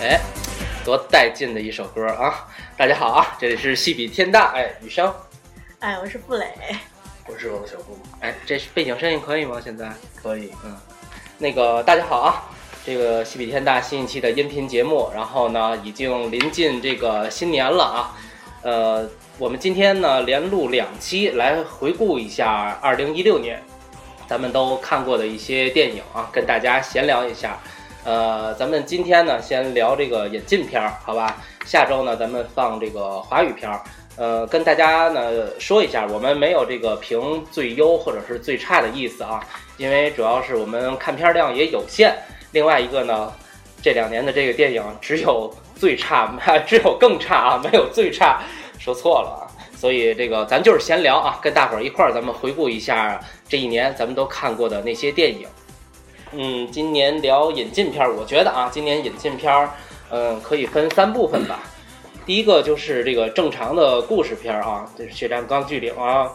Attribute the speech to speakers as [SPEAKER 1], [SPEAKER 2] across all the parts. [SPEAKER 1] 哎多带劲的一首歌啊！大家好啊，这里是戏比天大，哎，雨生，
[SPEAKER 2] 哎，我是傅磊，
[SPEAKER 3] 我是王小布，
[SPEAKER 1] 哎，这是背景声音可以吗？现在嗯
[SPEAKER 3] 可以。
[SPEAKER 1] 那个大家好啊，这个戏比天大新一期的音频节目，然后呢，已经临近这个新年了啊，呃，我们今天呢连录两期来回顾一下2016年，咱们都看过的一些电影啊，跟大家闲聊一下。呃，咱们今天呢先聊这个引进片儿，好吧？下周呢咱们放这个华语片儿。呃，跟大家呢说一下，我们没有这个评最优或者是最差的意思啊，因为主要是我们看片量也有限。另外一个呢，这两年的这个电影只有最差，只有更差啊，没有最差，说错了啊。所以这个咱就是闲聊啊，跟大伙儿一块儿咱们回顾一下这一年咱们都看过的那些电影。嗯，今年聊引进片儿，我觉得啊，今年引进片儿，嗯，可以分三部分吧。第一个就是这个正常的故事片儿啊，就是《血战钢锯岭》啊，《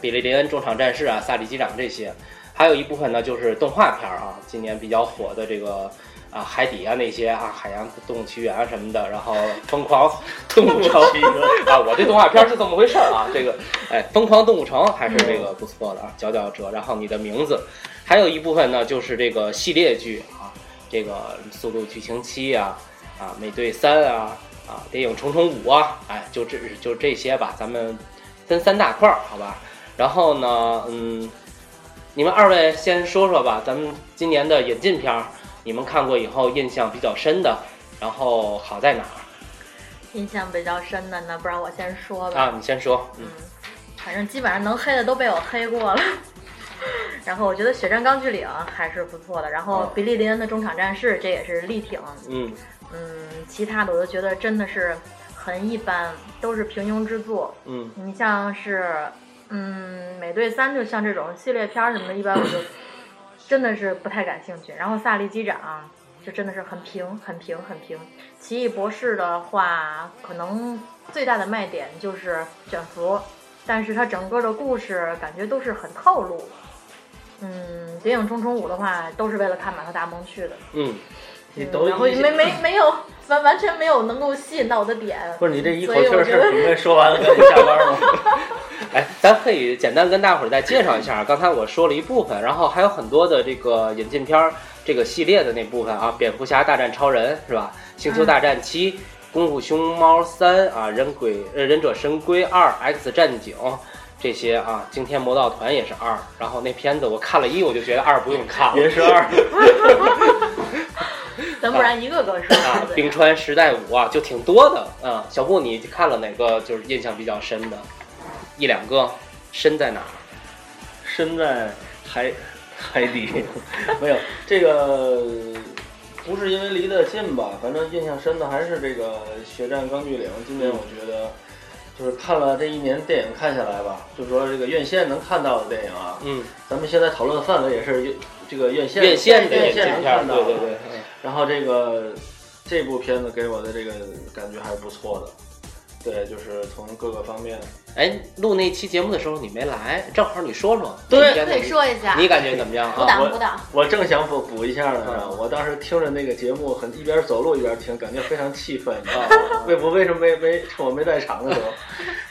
[SPEAKER 1] 比利林恩中场战事》啊，《萨利机长》这些。还有一部分呢，就是动画片儿啊，今年比较火的这个啊海底啊那些啊海洋动物奇缘啊什么的，然后疯 狂动物城啊，我这动画片儿是这么回事儿啊，这个哎疯狂动物城还是这个不错的啊，佼佼者，然后你的名字，还有一部分呢就是这个系列剧啊，这个速度与激情七啊啊美队三啊啊谍影重重五啊，哎就这就这些吧，咱们分三大块儿好吧，然后呢嗯。你们二位先说说吧，咱们今年的引进片儿，你们看过以后印象比较深的，然后好在哪儿
[SPEAKER 2] 印象比较深的呢，不然我先说吧。
[SPEAKER 1] 啊？你先说，
[SPEAKER 2] 嗯
[SPEAKER 1] 嗯，，
[SPEAKER 2] 反正基本上能黑的都被我黑过了。 然后我觉得《血战钢锯岭》还是不错的，然后
[SPEAKER 1] 嗯
[SPEAKER 2] 《比利林恩的中场战事》这也是力挺，
[SPEAKER 1] 嗯
[SPEAKER 2] 嗯，其他的我都觉得真的是很一般，都是平庸之作。
[SPEAKER 1] 嗯
[SPEAKER 2] 你像是，嗯，美队三就像这种系列片儿什么的，一般我就真的是不太感兴趣。然后萨利机长就真的是很平、很平、很平。奇异博士的话，可能最大的卖点就是卷福，但是它整个的故事感觉都是很套路。嗯，谍影重重五的话，都是为了看马特达蒙去的，
[SPEAKER 1] 嗯，
[SPEAKER 3] 你
[SPEAKER 2] 嗯
[SPEAKER 3] 抖
[SPEAKER 2] 然后
[SPEAKER 3] 音
[SPEAKER 2] 没没没有完完全没有能够吸引到我的点。
[SPEAKER 3] 不是你这一口
[SPEAKER 2] 所以
[SPEAKER 3] 气
[SPEAKER 2] 我
[SPEAKER 3] 儿
[SPEAKER 2] 觉
[SPEAKER 3] 是
[SPEAKER 2] 得
[SPEAKER 3] 准备说完了赶紧下班 吗？
[SPEAKER 1] 哎，咱可以简单跟大伙儿再介绍一下，啊刚才我说了一部分，然后还有很多的这个引进片儿这个系列的那部分啊，蝙蝠侠大战超人是吧？星球大战七、功夫熊猫三啊，人鬼呃忍者神龟二、X 战警。这些啊，惊天魔盗团也是二，然后那片子我看了一，我就觉得二不用看了
[SPEAKER 3] 也是二，
[SPEAKER 2] 咱不然一个个说。
[SPEAKER 1] 啊
[SPEAKER 2] 对不，对
[SPEAKER 1] 冰川时代五啊，就挺多的啊。小布，你看了哪个就是印象比较深的？一两个，深在哪儿？
[SPEAKER 3] 身在海海底，没有这个不是因为离得近吧，反正印象深的还是这个《血战钢锯岭》。今年我觉得就是看了这一年电影看下来吧，就说这个院线能看到的电影啊，
[SPEAKER 1] 嗯，
[SPEAKER 3] 咱们现在讨论的范围也是院这个院线
[SPEAKER 1] 院线的
[SPEAKER 3] 院
[SPEAKER 1] 影
[SPEAKER 3] 线能
[SPEAKER 1] 片儿，
[SPEAKER 3] 看到
[SPEAKER 1] 对
[SPEAKER 3] 的，
[SPEAKER 1] 对对，嗯
[SPEAKER 3] 然后这个这部片子给我的这个感觉还是不错的，对，就是从各个方面，
[SPEAKER 1] 哎，录那期节目的时候你没来，正好你说说，
[SPEAKER 3] 对
[SPEAKER 1] 你觉得
[SPEAKER 2] 对，说一下
[SPEAKER 1] 你，感觉怎么样
[SPEAKER 2] 鼓
[SPEAKER 1] 啊？
[SPEAKER 2] 掌
[SPEAKER 3] 我
[SPEAKER 2] 鼓掌。
[SPEAKER 3] 我正想补补一下呢，
[SPEAKER 1] 嗯
[SPEAKER 3] 我当时听着那个节目，很一边走路一边听，感觉非常气愤，你知道吗？
[SPEAKER 1] 啊
[SPEAKER 3] 为我为什么没没趁我没在场 的时候，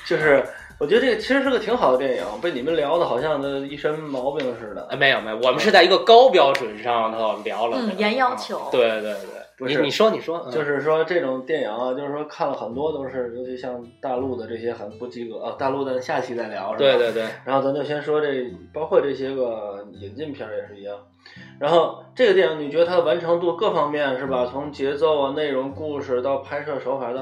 [SPEAKER 3] 就是我觉得这个其实是个挺好的电影，被你们聊的好像都一身毛病似的。
[SPEAKER 1] 哎，没有没有，我们是在一个高标准上头聊了这个，
[SPEAKER 2] 嗯严要求
[SPEAKER 1] 啊对对对，
[SPEAKER 3] 不
[SPEAKER 1] 你
[SPEAKER 3] 是
[SPEAKER 1] 你说你说，嗯
[SPEAKER 3] 就是说这种电影啊，就是说看了很多都是，尤其像大陆的这些很不及格啊，大陆的下期再聊。是吧
[SPEAKER 1] 对对对，
[SPEAKER 3] 然后咱就先说这，包括这些个引进片儿也是一样。然后这个电影，你觉得它的完成度各方面是吧？从节奏啊、内容、故事到拍摄手法到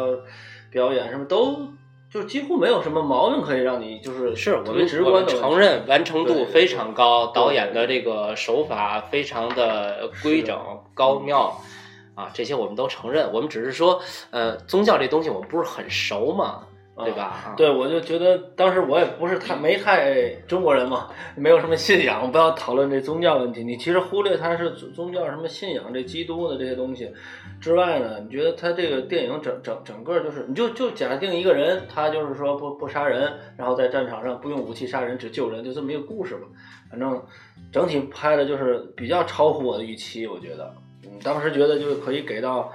[SPEAKER 3] 表演，什么都就几乎没有什么毛病可以让你就是
[SPEAKER 1] 是我
[SPEAKER 3] 特别
[SPEAKER 1] 们
[SPEAKER 3] 直
[SPEAKER 1] 我
[SPEAKER 3] 观
[SPEAKER 1] 们
[SPEAKER 3] 的
[SPEAKER 1] 承认完成度非常高，
[SPEAKER 3] 对对
[SPEAKER 1] 导演的这个手法非常的规整
[SPEAKER 3] 是的嗯
[SPEAKER 1] 高妙。啊，这些我们都承认，我们只是说，呃，宗教这东西我们不是很熟嘛，对？
[SPEAKER 3] 啊
[SPEAKER 1] 吧？啊，
[SPEAKER 3] 对，我就觉得当时我也不是太没太中国人嘛，没有什么信仰，不要讨论这宗教问题。你其实忽略它是宗宗教什么信仰这基督的这些东西之外呢，你觉得它这个电影整整整个就是，你就就假定一个人，他就是说不不杀人，然后在战场上不用武器杀人，只救人，就这么一个故事吧。反正整体拍的就是比较超乎我的预期，我觉得，嗯，当时觉得就是可以给到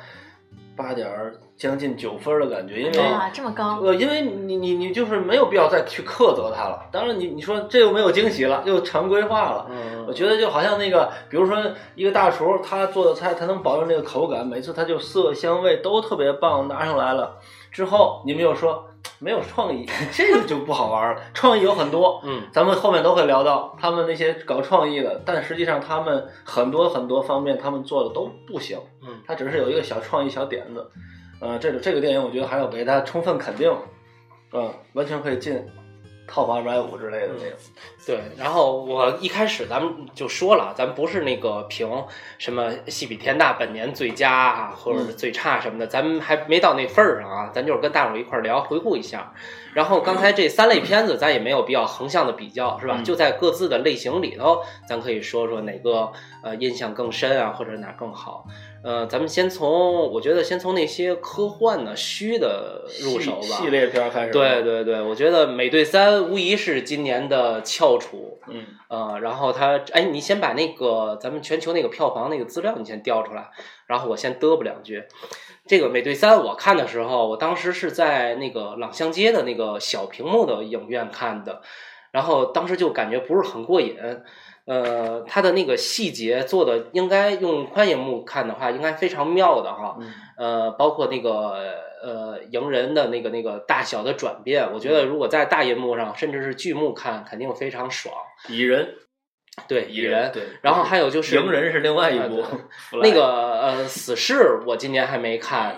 [SPEAKER 3] 八点将近九分儿的感觉，因为
[SPEAKER 2] 哇，这么高，
[SPEAKER 3] 呃，因为你你你就是没有必要再去苛责他了。当然你，你说这又没有惊喜了，又常规化了。
[SPEAKER 1] 嗯
[SPEAKER 3] 我觉得就好像那个，比如说一个大厨，他做的菜，他能保证那个口感，每次他就色香味都特别棒，拿上来了之后，你们又说没有创意，这个就不好玩了。创意有很多，
[SPEAKER 1] 嗯
[SPEAKER 3] 咱们后面都会聊到他们那些搞创意的，但实际上他们很多很多方面他们做的都不行，
[SPEAKER 1] 嗯，
[SPEAKER 3] 他只是有一个小创意小点子，呃，这个这个电影我觉得还要给他充分肯定，嗯、完全可以进 top 二百五之类的那种，
[SPEAKER 1] 对，然后我一开始咱们就说了，咱不是那个评什么戏比天大本年最佳啊，或者是
[SPEAKER 3] 嗯
[SPEAKER 1] 最差什么的，咱们还没到那份儿上啊，咱就是跟大伙儿一块儿聊，回顾一下。然后刚才这三类片子，咱也没有必要横向的比较，是吧？
[SPEAKER 3] 嗯
[SPEAKER 1] 就在各自的类型里头，咱可以说说哪个呃印象更深啊，或者哪更好。呃，咱们先从我觉得先从那些科幻的虚的入手吧，
[SPEAKER 3] 嗯系系列片儿开始，
[SPEAKER 1] 对，对对，我觉得《美队三》无疑是今年的翘楚，
[SPEAKER 3] 嗯，
[SPEAKER 1] 呃，然后它，哎，你先把那个咱们全球那个票房那个资料你先调出来，然后我先嘚啵两句。这个《美队三》我看的时候，我当时是在那个朗香街的那个小屏幕的影院看的，然后当时就感觉不是很过瘾。呃，它的那个细节做的应该用宽银幕看的话，应该非常妙的哈。
[SPEAKER 3] 嗯
[SPEAKER 1] 呃，包括那个呃赢人的那个那个大小的转变，我觉
[SPEAKER 3] 嗯
[SPEAKER 1] 得如果在大银幕上，甚至是剧目看，肯定非常爽。
[SPEAKER 3] 蚁人，
[SPEAKER 1] 对，蚁人。
[SPEAKER 3] 对，
[SPEAKER 1] 然后还有就是
[SPEAKER 3] 赢人是另外一部
[SPEAKER 1] 啊对
[SPEAKER 3] Fly
[SPEAKER 1] 那个呃，死侍我今年还没看，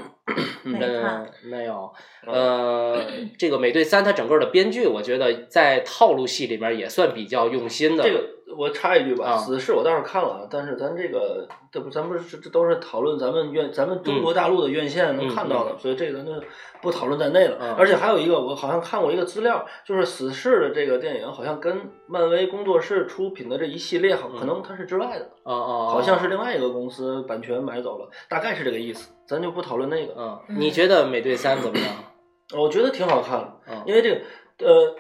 [SPEAKER 2] 没看
[SPEAKER 1] 嗯，没有。呃，这个《美队三》它整个的编剧，我觉得在套路戏里面也算比较用心的。
[SPEAKER 3] 这个我插一句吧，
[SPEAKER 1] 啊
[SPEAKER 3] 死侍我倒是看了，啊，但是咱这个这不咱们是这都是讨论咱们院咱们中
[SPEAKER 1] 嗯
[SPEAKER 3] 国大陆的院线能看到的，所以这个咱就不讨论在内了。
[SPEAKER 1] 嗯
[SPEAKER 3] 而且还有一个，我好像看过一个资料，就是死侍的这个电影好像跟漫威工作室出品的这一系列，好
[SPEAKER 1] 嗯
[SPEAKER 3] 可能它是之外的，
[SPEAKER 1] 哦哦，
[SPEAKER 3] 好像是另外一个公司版权买走了，大概是这个意思。咱就不讨论那个，呃
[SPEAKER 1] 嗯，你觉得《美队三》怎么样？
[SPEAKER 3] 我觉得挺好看的。
[SPEAKER 1] 嗯，
[SPEAKER 3] 因为这个，呃，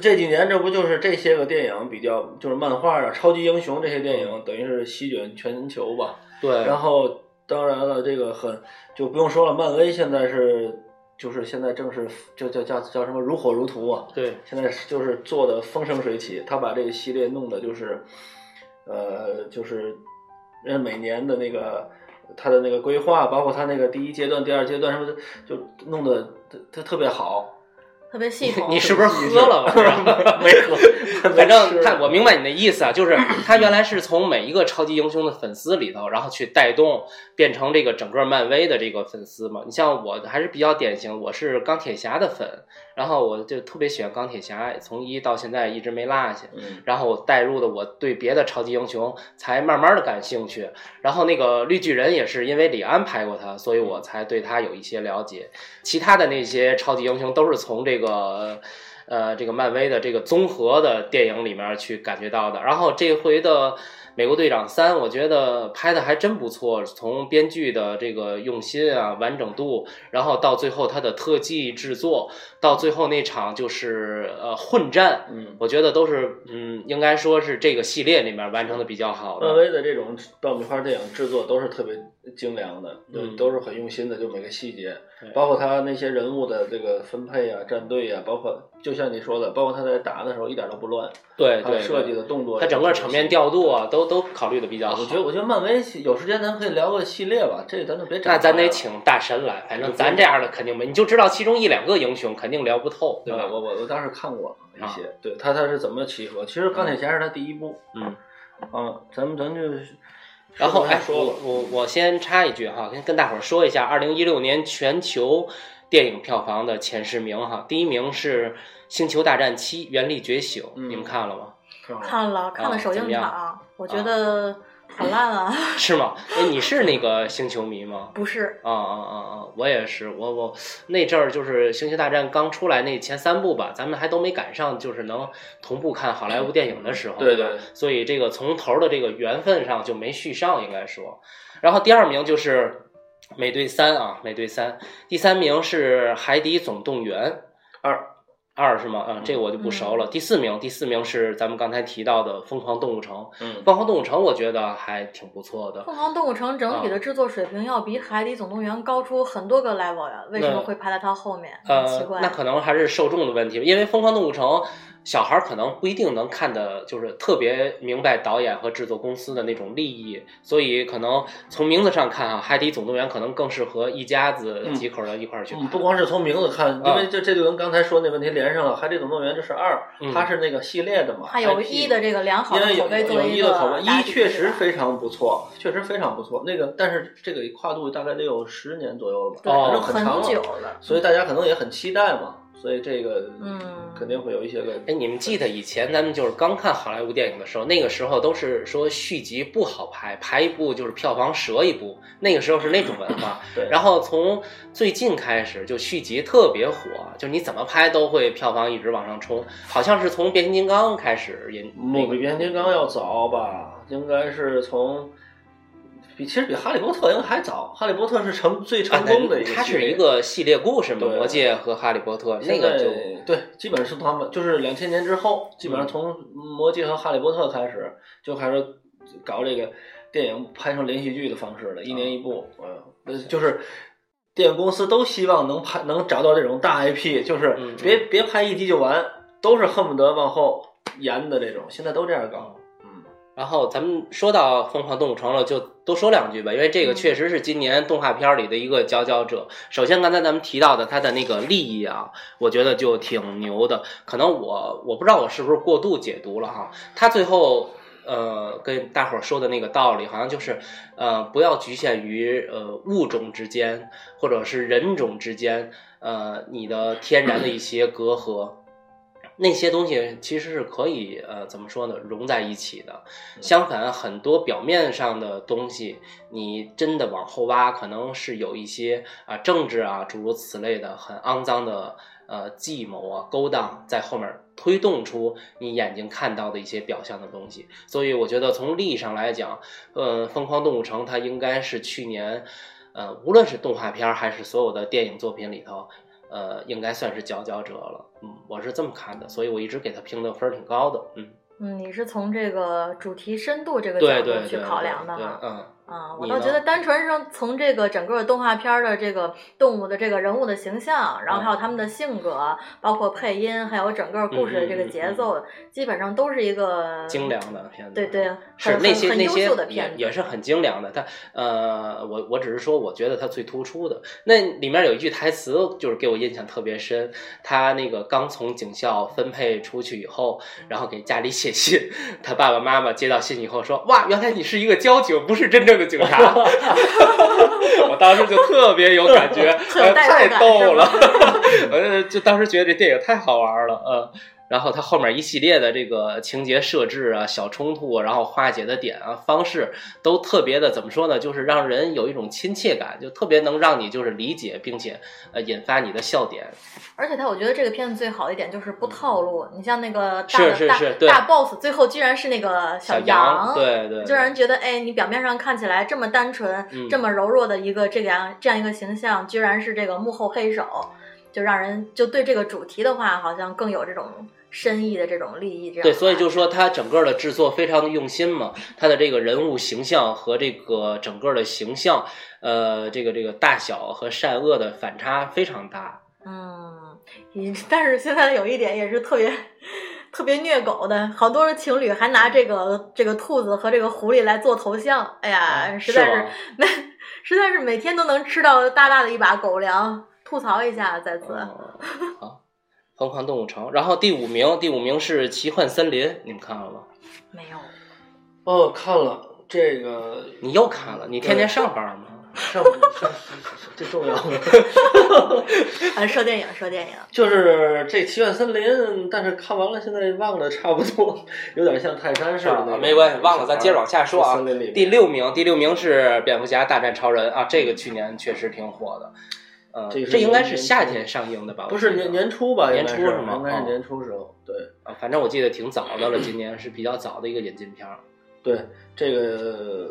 [SPEAKER 3] 这几年这不就是这些个电影比较，就是漫画啊、超级英雄这些电影，等于是席卷全球吧。
[SPEAKER 1] 对，
[SPEAKER 3] 然后，当然了，这个很就不用说了，漫威现在是就是现在正是就叫叫叫什么如火如荼啊，
[SPEAKER 1] 对，
[SPEAKER 3] 现在是就是做的风生水起，他把这个系列弄的就是，呃，就是呃每年的那个他的那个规划，包括他那个第一阶段、第二阶段什么的，就弄得特特别好。
[SPEAKER 2] 特别系统。
[SPEAKER 1] 你是不是喝了晚上？
[SPEAKER 3] 没喝，
[SPEAKER 1] 反正他，我明白你的意思啊，就是他原来是从每一个超级英雄的粉丝里头，然后去带动变成这个整个漫威的这个粉丝嘛。你像我还是比较典型，我是钢铁侠的粉，然后我就特别喜欢钢铁侠，从一到现在一直没落下。
[SPEAKER 3] 嗯，
[SPEAKER 1] 然后我带入的我对别的超级英雄才慢慢的感兴趣，然后那个绿巨人也是因为李安拍过他，所以我才对他有一些了解。其他的那些超级英雄都是从这个呃这个漫威的这个综合的电影里面去感觉到的。然后这回的。美国队长三，我觉得拍的还真不错，从编剧的这个用心啊、完整度，然后到最后他的特技制作，到最后那场就是呃混战，
[SPEAKER 3] 嗯，
[SPEAKER 1] 我觉得都是，嗯，应该说是这个系列里面完成的比较好
[SPEAKER 3] 漫
[SPEAKER 1] 的。
[SPEAKER 3] 威的这种爆米花电影制作都是特别精良的，就
[SPEAKER 1] 嗯
[SPEAKER 3] 都是很用心的，就每个细节
[SPEAKER 1] 对，
[SPEAKER 3] 包括他那些人物的这个分配啊、战队啊，包括就像你说的，包括他在打的时候一点都不乱，
[SPEAKER 1] 对
[SPEAKER 3] 他
[SPEAKER 1] 对，
[SPEAKER 3] 设计
[SPEAKER 1] 的，
[SPEAKER 3] 的动作，
[SPEAKER 1] 它整个场面调度。啊，都都考虑的比较好。
[SPEAKER 3] 我觉得，我觉得漫威有时间咱可以聊个系列吧，这咱就别展开
[SPEAKER 1] 那
[SPEAKER 3] 了。
[SPEAKER 1] 咱得请大神来，反正咱这样的肯定没，你就知道其中一两个英雄肯定聊不透，对
[SPEAKER 3] 啊
[SPEAKER 1] 吧？
[SPEAKER 3] 我我我当时看过啊一些，
[SPEAKER 1] 啊
[SPEAKER 3] 对他他是怎么起火？其实钢铁侠是他第一部，
[SPEAKER 1] 嗯，
[SPEAKER 3] 啊，咱们咱就，
[SPEAKER 1] 然后哎，
[SPEAKER 3] 说
[SPEAKER 1] 我
[SPEAKER 3] 吧，
[SPEAKER 1] 我我先插一句哈，跟跟大伙儿说一下，二零一六年全球电影票房的前十名哈，第一名是《星球大战七：原力觉醒》，
[SPEAKER 3] 嗯
[SPEAKER 1] 你们看了吗？
[SPEAKER 2] 看了看了首
[SPEAKER 1] 啊怎
[SPEAKER 2] 映
[SPEAKER 1] 么样啊
[SPEAKER 2] 场，我觉得好烂啊！
[SPEAKER 1] 是吗？哎，你是那个星球迷吗？
[SPEAKER 2] 不是，
[SPEAKER 1] 啊啊啊啊！我也是，我我那阵儿就是《星球大战》刚出来那前三部吧，咱们还都没赶上，就是能同步看好莱坞电影的时候。
[SPEAKER 3] 对对，
[SPEAKER 1] 所以这个从头的这个缘分上就没续上，应该说。然后第二名就是《美队三》啊，《美队三》。第三名是《海底总动员
[SPEAKER 3] 二》
[SPEAKER 1] 二是吗？啊，这个我就不熟了。第四名，第四名是咱们刚才提到的《疯狂动物城》。
[SPEAKER 3] 嗯
[SPEAKER 1] 《疯狂动物城》我觉得还挺不错的。
[SPEAKER 2] 凤凰动物城整体
[SPEAKER 1] 啊
[SPEAKER 2] 的制作水平要比《海底总动员》高出很多个 level 呀，为什么会排在它后面？很奇
[SPEAKER 1] 呃，
[SPEAKER 2] 怪。
[SPEAKER 1] 那可能还是受众的问题，因为《疯狂动物城》小孩儿可能不一定能看的，就是特别明白导演和制作公司的那种利益，所以可能从名字上看啊，《海底总动员》可能更适合一家子
[SPEAKER 3] 嗯
[SPEAKER 1] 几口人一块儿去看。
[SPEAKER 3] 嗯，不光是从名字看，因为这这就跟刚才说那问题连上了，《海底总动员》这是二
[SPEAKER 1] 嗯，
[SPEAKER 3] 它是那个系列的嘛，
[SPEAKER 2] 它有
[SPEAKER 3] IP
[SPEAKER 2] 一的这个良好
[SPEAKER 3] 因
[SPEAKER 2] 的
[SPEAKER 3] 为有
[SPEAKER 2] 口碑作
[SPEAKER 3] 有
[SPEAKER 2] 为
[SPEAKER 3] 一
[SPEAKER 2] 个
[SPEAKER 3] 的口碑，
[SPEAKER 2] 打
[SPEAKER 3] 一
[SPEAKER 2] 底
[SPEAKER 3] 确实非常不错，确实非常不错。那个，但是这个跨度大概得有十年左右了吧，
[SPEAKER 2] 对
[SPEAKER 1] 哦
[SPEAKER 3] 反正
[SPEAKER 2] 很
[SPEAKER 3] 长
[SPEAKER 2] 久
[SPEAKER 3] 了，
[SPEAKER 2] 了，
[SPEAKER 3] 所以大家可能也很期待嘛。所以这个
[SPEAKER 2] 嗯
[SPEAKER 3] 肯定会有一些个
[SPEAKER 1] 哎，你们记得以前咱们就是刚看好莱坞电影的时候，那个时候都是说续集不好拍，拍一部就是票房折一部，那个时候是那种文化。
[SPEAKER 3] 对，
[SPEAKER 1] 然后从最近开始，就续集特别火，就你怎么拍都会票房一直往上冲，好像是从变形金刚开始引
[SPEAKER 3] 我比变形金
[SPEAKER 1] 啊
[SPEAKER 3] 刚要早吧，应该是从比其实比哈利波特应该还早。哈利波特是成最成
[SPEAKER 1] 啊，
[SPEAKER 3] 功的一个，
[SPEAKER 1] 它是一。个系列故事嘛，
[SPEAKER 3] 对
[SPEAKER 1] 魔戒和哈利波特那
[SPEAKER 3] 现在
[SPEAKER 1] 个就嗯
[SPEAKER 3] 对，基本是他们就是两千年之后，基本上从魔戒和哈利波特开始就开始搞这个电影拍成连续剧的方式了，一
[SPEAKER 1] 啊
[SPEAKER 3] 年一部，嗯，呃就是电影公司都希望能拍能找到这种大 IP，就是
[SPEAKER 1] 嗯嗯
[SPEAKER 3] 别、别拍一集就完，都是恨不得往后延的这种，现在都这样搞，嗯。
[SPEAKER 1] 然后咱们说到《疯狂动物城》了，就多说两句吧，因为这个
[SPEAKER 2] 嗯
[SPEAKER 1] 确实是今年动画片儿里的一个佼佼者。首先，刚才咱们提到的它的那个利益啊，我觉得就挺牛的。可能我我不知道我是不是过度解读了哈，他最后。呃，跟大伙儿说的那个道理，好像就是，呃，不要局限于呃物种之间，或者是人种之间，呃，你的天然的一些隔阂，那些东西其实是可以呃怎么说呢，融在一起的。相反，很多表面上的东西，你真的往后挖，可能是有一些啊、政治啊诸如此类的很肮脏的呃计谋啊勾当在后面推动出你眼睛看到的一些表象的东西。所以我觉得从利益上来讲，呃，《疯狂动物城》它应该是去年呃无论是动画片儿还是所有的电影作品里头。呃，应该算是佼佼者了，嗯，我是这么看的，所以我一直给他评的分儿挺高的，嗯，
[SPEAKER 2] 嗯，你是从这个主题深度这个
[SPEAKER 1] 对
[SPEAKER 2] 角
[SPEAKER 1] 对
[SPEAKER 2] 度
[SPEAKER 1] 对，
[SPEAKER 2] 去考量的
[SPEAKER 1] 对
[SPEAKER 2] 哈。
[SPEAKER 1] 嗯，
[SPEAKER 2] 啊，我
[SPEAKER 1] 你
[SPEAKER 2] 倒
[SPEAKER 1] 呢
[SPEAKER 2] 觉得单纯是从这个整个动画片儿的这个动物的这个人物的形象，
[SPEAKER 1] 嗯
[SPEAKER 2] 然后还有他们的性格，包括配音，还有整个故事的这个节奏，基本上都是一个
[SPEAKER 1] 嗯精良的片子，
[SPEAKER 2] 对对，
[SPEAKER 1] 是
[SPEAKER 2] 很
[SPEAKER 1] 那
[SPEAKER 2] 很
[SPEAKER 1] 些
[SPEAKER 2] 很
[SPEAKER 1] 那
[SPEAKER 2] 优
[SPEAKER 1] 些
[SPEAKER 2] 秀的
[SPEAKER 1] 也
[SPEAKER 2] 片子。
[SPEAKER 1] 也是很精良的，但呃，我我只是说，我觉得它最突出的那里面有一句台词，就是给我印象特别深。他那个刚从警校分配出去以后，然后给家里写信， 他爸爸妈妈接到信以后说：“哇，原来你是一个交警，不是真正的警 察。” 我当时就特别有感 觉，
[SPEAKER 2] 很有
[SPEAKER 1] 呃
[SPEAKER 2] 代入
[SPEAKER 1] 太
[SPEAKER 2] 感
[SPEAKER 1] 逗
[SPEAKER 2] 是
[SPEAKER 1] 了
[SPEAKER 2] 吧，
[SPEAKER 1] 呃，就当时觉得这电影太好玩了，嗯、然后它后面一系列的这个情节设置啊、小冲突啊，然后化解的点啊、方式都特别的怎么说呢？就是让人有一种亲切感，就特别能让你就是理解，并且呃引发你的笑点。
[SPEAKER 2] 而且他，我觉得这个片子最好的一点就是不套路。你像那个大
[SPEAKER 1] 嗯是
[SPEAKER 2] 的
[SPEAKER 1] 是是对
[SPEAKER 2] 大大 boss，最后居然是那个
[SPEAKER 1] 小
[SPEAKER 2] 羊，
[SPEAKER 1] 对对，
[SPEAKER 2] 就让人觉得，哎，你表面上看起来这么单纯、
[SPEAKER 1] 嗯
[SPEAKER 2] 这么柔弱的一个这样这样一个形象，居然是这个幕后黑手，就让人就对这个主题的话，好像更有这种深意的这种利益。这样
[SPEAKER 1] 对，所以就是说它整个的制作非常的用心嘛，它的这个人物形象和这个整个的形象，呃，这个这个大小和善恶的反差非常大。
[SPEAKER 2] 嗯，你但是现在有一点也是特别特别虐狗的，好多情侣还拿这个这个兔子和这个狐狸来做头像，哎呀，实在
[SPEAKER 1] 啊是
[SPEAKER 2] 是
[SPEAKER 1] 吗
[SPEAKER 2] 那实在是每天都能吃到大大的一把狗粮。吐槽一下，在此、
[SPEAKER 1] 哦好，疯狂动物城，然后第五名，第五名是奇幻森林，你们看了吗？
[SPEAKER 2] 没有。
[SPEAKER 3] 哦，看了这个
[SPEAKER 1] 你又看了？你天天上班吗？
[SPEAKER 3] 上这重要吗？
[SPEAKER 2] 啊，说电影，说电影。
[SPEAKER 3] 就是这《奇幻森林》，但是看完了，现在忘了差不多，有点像泰山似的那种。
[SPEAKER 1] 啊没关系，忘了，咱接着往下说啊
[SPEAKER 3] 森林里面。。
[SPEAKER 1] 第六名，第六名是蝙蝠侠大战超人啊，这个去年确实挺火的，呃，
[SPEAKER 3] 这是
[SPEAKER 1] 这应该是
[SPEAKER 3] 年初
[SPEAKER 1] 夏天上映的吧？我
[SPEAKER 3] 不是
[SPEAKER 1] 记得
[SPEAKER 3] 年年初吧？应该
[SPEAKER 1] 年初是吗
[SPEAKER 3] 应该
[SPEAKER 1] 哦
[SPEAKER 3] 是年初时候。对
[SPEAKER 1] 啊，反正我记得挺早的了，今年是比较早的一个引进片儿。
[SPEAKER 3] 对，这个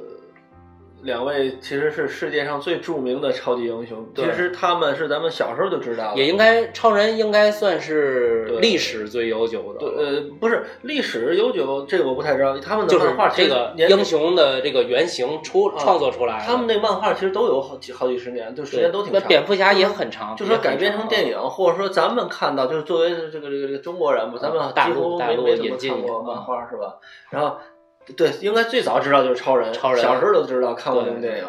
[SPEAKER 3] 两位其实是世界上最著名的超级英雄，其
[SPEAKER 1] 对
[SPEAKER 3] 实他们是咱们小时候就知道了，
[SPEAKER 1] 也应该超人应该算是
[SPEAKER 3] 对
[SPEAKER 1] 历史最悠久
[SPEAKER 3] 对
[SPEAKER 1] 的，
[SPEAKER 3] 呃不是历史悠久，这个我不太知道，他们的
[SPEAKER 1] 就是
[SPEAKER 3] 漫画
[SPEAKER 1] 这
[SPEAKER 3] 其实
[SPEAKER 1] 个
[SPEAKER 3] 年
[SPEAKER 1] 英雄的这个原型出
[SPEAKER 3] 啊
[SPEAKER 1] 创作出来的。
[SPEAKER 3] 他们那漫画其实都有好几好几十年，就时
[SPEAKER 1] 对
[SPEAKER 3] 间都挺
[SPEAKER 1] 那
[SPEAKER 3] 长。
[SPEAKER 1] 蝙蝠侠也很长，
[SPEAKER 3] 就说改编成电
[SPEAKER 1] 影。
[SPEAKER 3] 影，或者说咱们看到，就是作为这个这个这个中国人吧，咱们
[SPEAKER 1] 啊大
[SPEAKER 3] 几
[SPEAKER 1] 陆
[SPEAKER 3] 乎
[SPEAKER 1] 大
[SPEAKER 3] 没
[SPEAKER 1] 陆
[SPEAKER 3] 没怎么
[SPEAKER 1] 引进嗯
[SPEAKER 3] 看过
[SPEAKER 1] 一个
[SPEAKER 3] 漫画是吧？然后，对，应该最早知道就是超人，
[SPEAKER 1] 超人
[SPEAKER 3] 小时候都知道看过这
[SPEAKER 1] 对
[SPEAKER 3] 个电影，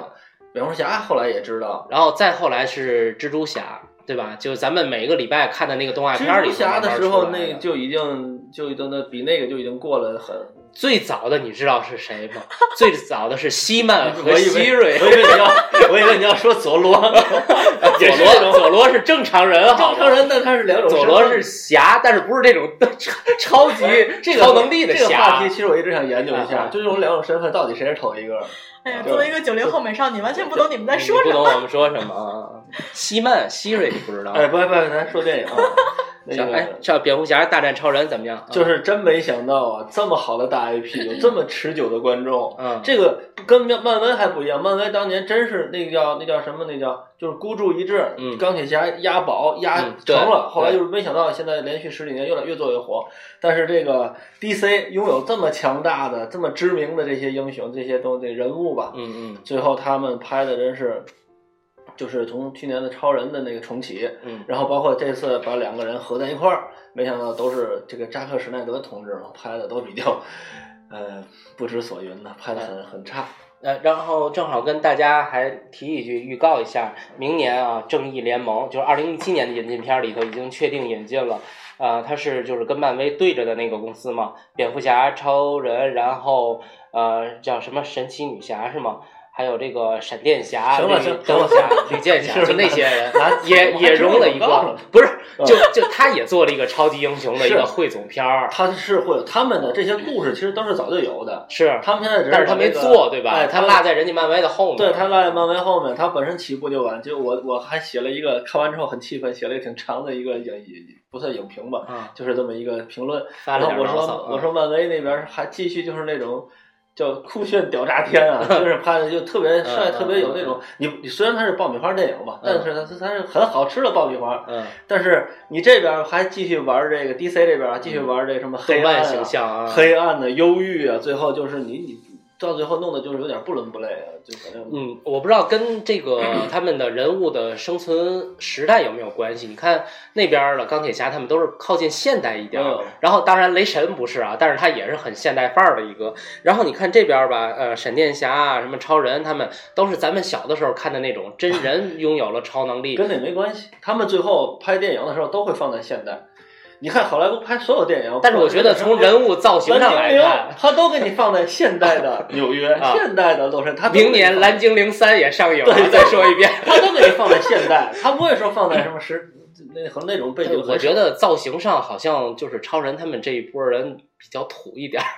[SPEAKER 3] 蝙蝠侠后来也知
[SPEAKER 1] 嗯
[SPEAKER 3] 道。
[SPEAKER 1] 然后再后来是蜘蛛侠，对吧？就咱们每个礼拜看的那个动画片
[SPEAKER 3] 蜘
[SPEAKER 1] 儿里
[SPEAKER 3] 蛛
[SPEAKER 1] 头慢
[SPEAKER 3] 侠
[SPEAKER 1] 慢出来的
[SPEAKER 3] 时候，那就已经就已经那比那个就已经过了很。
[SPEAKER 1] 最早的你知道是谁吗？最早的是西 曼
[SPEAKER 3] 我
[SPEAKER 1] 和
[SPEAKER 3] 以
[SPEAKER 1] 希
[SPEAKER 3] 为
[SPEAKER 1] 瑞
[SPEAKER 3] 我，以为你要， 我以为你要说佐 罗，
[SPEAKER 1] 呃佐
[SPEAKER 3] 也是这
[SPEAKER 1] 罗
[SPEAKER 3] 种
[SPEAKER 1] 佐罗是正常 人，好
[SPEAKER 3] 正
[SPEAKER 1] 吗
[SPEAKER 3] 常。人，但他是两种身
[SPEAKER 1] 佐
[SPEAKER 3] 份。
[SPEAKER 1] 罗是侠，但是不是这种超级
[SPEAKER 3] 这个
[SPEAKER 1] 超能力的
[SPEAKER 3] 这个话
[SPEAKER 1] 侠
[SPEAKER 3] 题，？其实我一直想研究一下，
[SPEAKER 1] 啊
[SPEAKER 3] 就这种两种身份到底谁是头一个？啊
[SPEAKER 2] 哎呀，
[SPEAKER 3] 对
[SPEAKER 2] 作为一个九零后美少女，完全不懂你们在说
[SPEAKER 1] 你
[SPEAKER 2] 什
[SPEAKER 1] 不
[SPEAKER 2] 么。
[SPEAKER 1] 懂我们说什么啊？西曼希瑞你不知道？
[SPEAKER 3] 哎，不不，咱说电影啊， 那
[SPEAKER 1] 行哎
[SPEAKER 3] 个，
[SPEAKER 1] 这蝙蝠侠大战超人怎么样？啊
[SPEAKER 3] 就是真没想到啊，这么好的大 IP，有这么持久的观众。
[SPEAKER 1] 嗯，
[SPEAKER 3] 这个跟漫漫威还不一样，漫威当年真是那个叫那叫什么？那叫就是孤注一掷，
[SPEAKER 1] 嗯
[SPEAKER 3] 钢铁侠押宝押
[SPEAKER 1] 嗯
[SPEAKER 3] 成
[SPEAKER 1] 对
[SPEAKER 3] 了，后来
[SPEAKER 1] 对
[SPEAKER 3] 就是没想到现在连续十几年越来越做越火。但是这个 DC 拥有这么强大的、这么知名的这些英雄、这些东西人物吧，
[SPEAKER 1] 嗯嗯
[SPEAKER 3] 最后他们拍的真是，就是从去年的超人的那个重启，
[SPEAKER 1] 嗯，
[SPEAKER 3] 然后包括这次把两个人合在一块儿，没想到都是这个扎克施耐德同志嘛拍的都比较，呃，不知所云的，拍的很很差。
[SPEAKER 1] 呃，然后正好跟大家还提一句，预告一下，明年啊，《正义联盟》就是二零一七年的引进片儿里头已经确定引进了，呃，它是就是跟漫威对着的那个公司嘛，蝙蝠侠、超人，然后呃叫什么神奇女侠是吗？还有这个闪电侠、
[SPEAKER 3] 行
[SPEAKER 1] 绿
[SPEAKER 3] 了行了
[SPEAKER 1] 灯侠、吕 剑
[SPEAKER 3] 是
[SPEAKER 1] 侠，
[SPEAKER 3] 不是
[SPEAKER 1] 就那些人
[SPEAKER 3] 拿拿
[SPEAKER 1] 也
[SPEAKER 3] 我还
[SPEAKER 1] 也
[SPEAKER 3] 知道
[SPEAKER 1] 融了
[SPEAKER 3] 有
[SPEAKER 1] 一
[SPEAKER 3] 告
[SPEAKER 1] 个
[SPEAKER 3] 了，
[SPEAKER 1] 不是就就他也做了一个超级英雄的一
[SPEAKER 3] 是
[SPEAKER 1] 个汇总片儿，
[SPEAKER 3] 他是会有他们的这些故事，其实都是早就有的。
[SPEAKER 1] 是，
[SPEAKER 3] 他们现在只
[SPEAKER 1] 但是他
[SPEAKER 3] 把
[SPEAKER 1] 没
[SPEAKER 3] 这个
[SPEAKER 1] 做对吧
[SPEAKER 3] 哎，？
[SPEAKER 1] 他
[SPEAKER 3] 们
[SPEAKER 1] 落在人家漫威的后面，
[SPEAKER 3] 对他落在漫威后面，他本身起步就晚。就我我还写了一个，看完之后很气愤，写了一个挺长的一个影影不算影评吧，
[SPEAKER 1] 嗯，
[SPEAKER 3] 就是这么一个评论。
[SPEAKER 1] 发了
[SPEAKER 3] 然
[SPEAKER 1] 点
[SPEAKER 3] 后我
[SPEAKER 1] 牢骚
[SPEAKER 3] 说
[SPEAKER 1] 啊
[SPEAKER 3] 我说漫威那边还继续就是那种叫酷炫屌炸天啊，就是拍的就特别帅，
[SPEAKER 1] 嗯嗯
[SPEAKER 3] 特别有那种你你虽然它是爆米花电影吧，但是它它它是很好吃的爆米花，
[SPEAKER 1] 嗯，
[SPEAKER 3] 但是你这边还继续玩这个 DC 这边啊继续玩这个什么黑
[SPEAKER 1] 嗯动
[SPEAKER 3] 暗
[SPEAKER 1] 漫
[SPEAKER 3] 啊
[SPEAKER 1] 形象啊，
[SPEAKER 3] 黑暗的忧郁啊，最后就是你你到最后弄的就是有点不伦不类啊，就反正
[SPEAKER 1] 嗯，我不知道跟这 个他们的人物的生存时代有没有关系。你看那边儿的钢铁侠，他们都是靠近现代一点儿。
[SPEAKER 3] 嗯
[SPEAKER 1] 然后当然雷神不是啊，但是他也是很现代范儿的一个。然后你看这边儿吧，呃，闪电侠啊，什么超人，他们都是咱们小的时候看的那种真 人拥有了超能力。
[SPEAKER 3] 跟那没关系。他们最后拍电影的时候都会放在现代。你看好莱坞拍所有电影，
[SPEAKER 1] 但是我觉得从人物造型上来看
[SPEAKER 3] 蓝精灵，，他都给你放在现代 的纽约、
[SPEAKER 1] 啊
[SPEAKER 3] 现代的洛杉矶，他都给你
[SPEAKER 1] 明年《
[SPEAKER 3] 放
[SPEAKER 1] 蓝精灵三》也上映了
[SPEAKER 3] 对。
[SPEAKER 1] 再说一遍，
[SPEAKER 3] 他都给你放在现代，他不会说放在什么时那和那种背景。
[SPEAKER 1] 我觉得造型上好像就是超人他们这一波人比较土一点儿。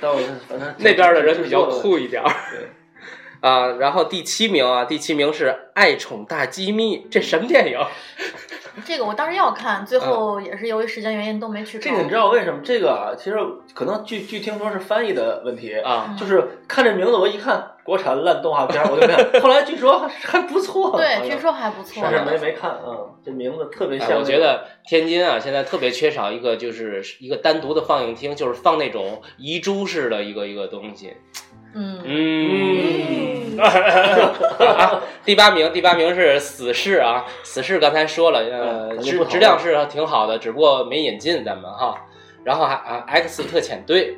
[SPEAKER 3] 但我反正
[SPEAKER 1] 那边的人比较。酷一点儿
[SPEAKER 3] 对。
[SPEAKER 1] 啊，然后第七名啊，第七名是《爱宠大机密》，这什么电影？
[SPEAKER 2] 这个我当时要看，最后也是由于时间原因都没去
[SPEAKER 3] 嗯这
[SPEAKER 2] 成。
[SPEAKER 3] 个你知道为什么？这个啊，其实可能据据听说是翻译的问题，
[SPEAKER 1] 啊，
[SPEAKER 3] 就是看这名字我一看国产烂动画片儿，我 就看。后来据说还不错，好
[SPEAKER 2] 对，
[SPEAKER 3] 像
[SPEAKER 2] 据说还不错。
[SPEAKER 3] 但是没没看啊，嗯这名字特别
[SPEAKER 1] 哎
[SPEAKER 3] 像。
[SPEAKER 1] 我觉得天津啊，现在特别缺少一个，就是一个单独的放映厅，就是放那种遗珠式的一个一个东西。
[SPEAKER 2] 嗯，
[SPEAKER 1] 嗯，
[SPEAKER 2] 嗯
[SPEAKER 1] 啊， 第八名，第八名是《死侍》啊，《死侍》刚才说了，呃，
[SPEAKER 3] 嗯
[SPEAKER 1] 质
[SPEAKER 3] 不讨论
[SPEAKER 1] 质量是挺好的，只不过没引进咱们哈。然后还啊，《X 特遣队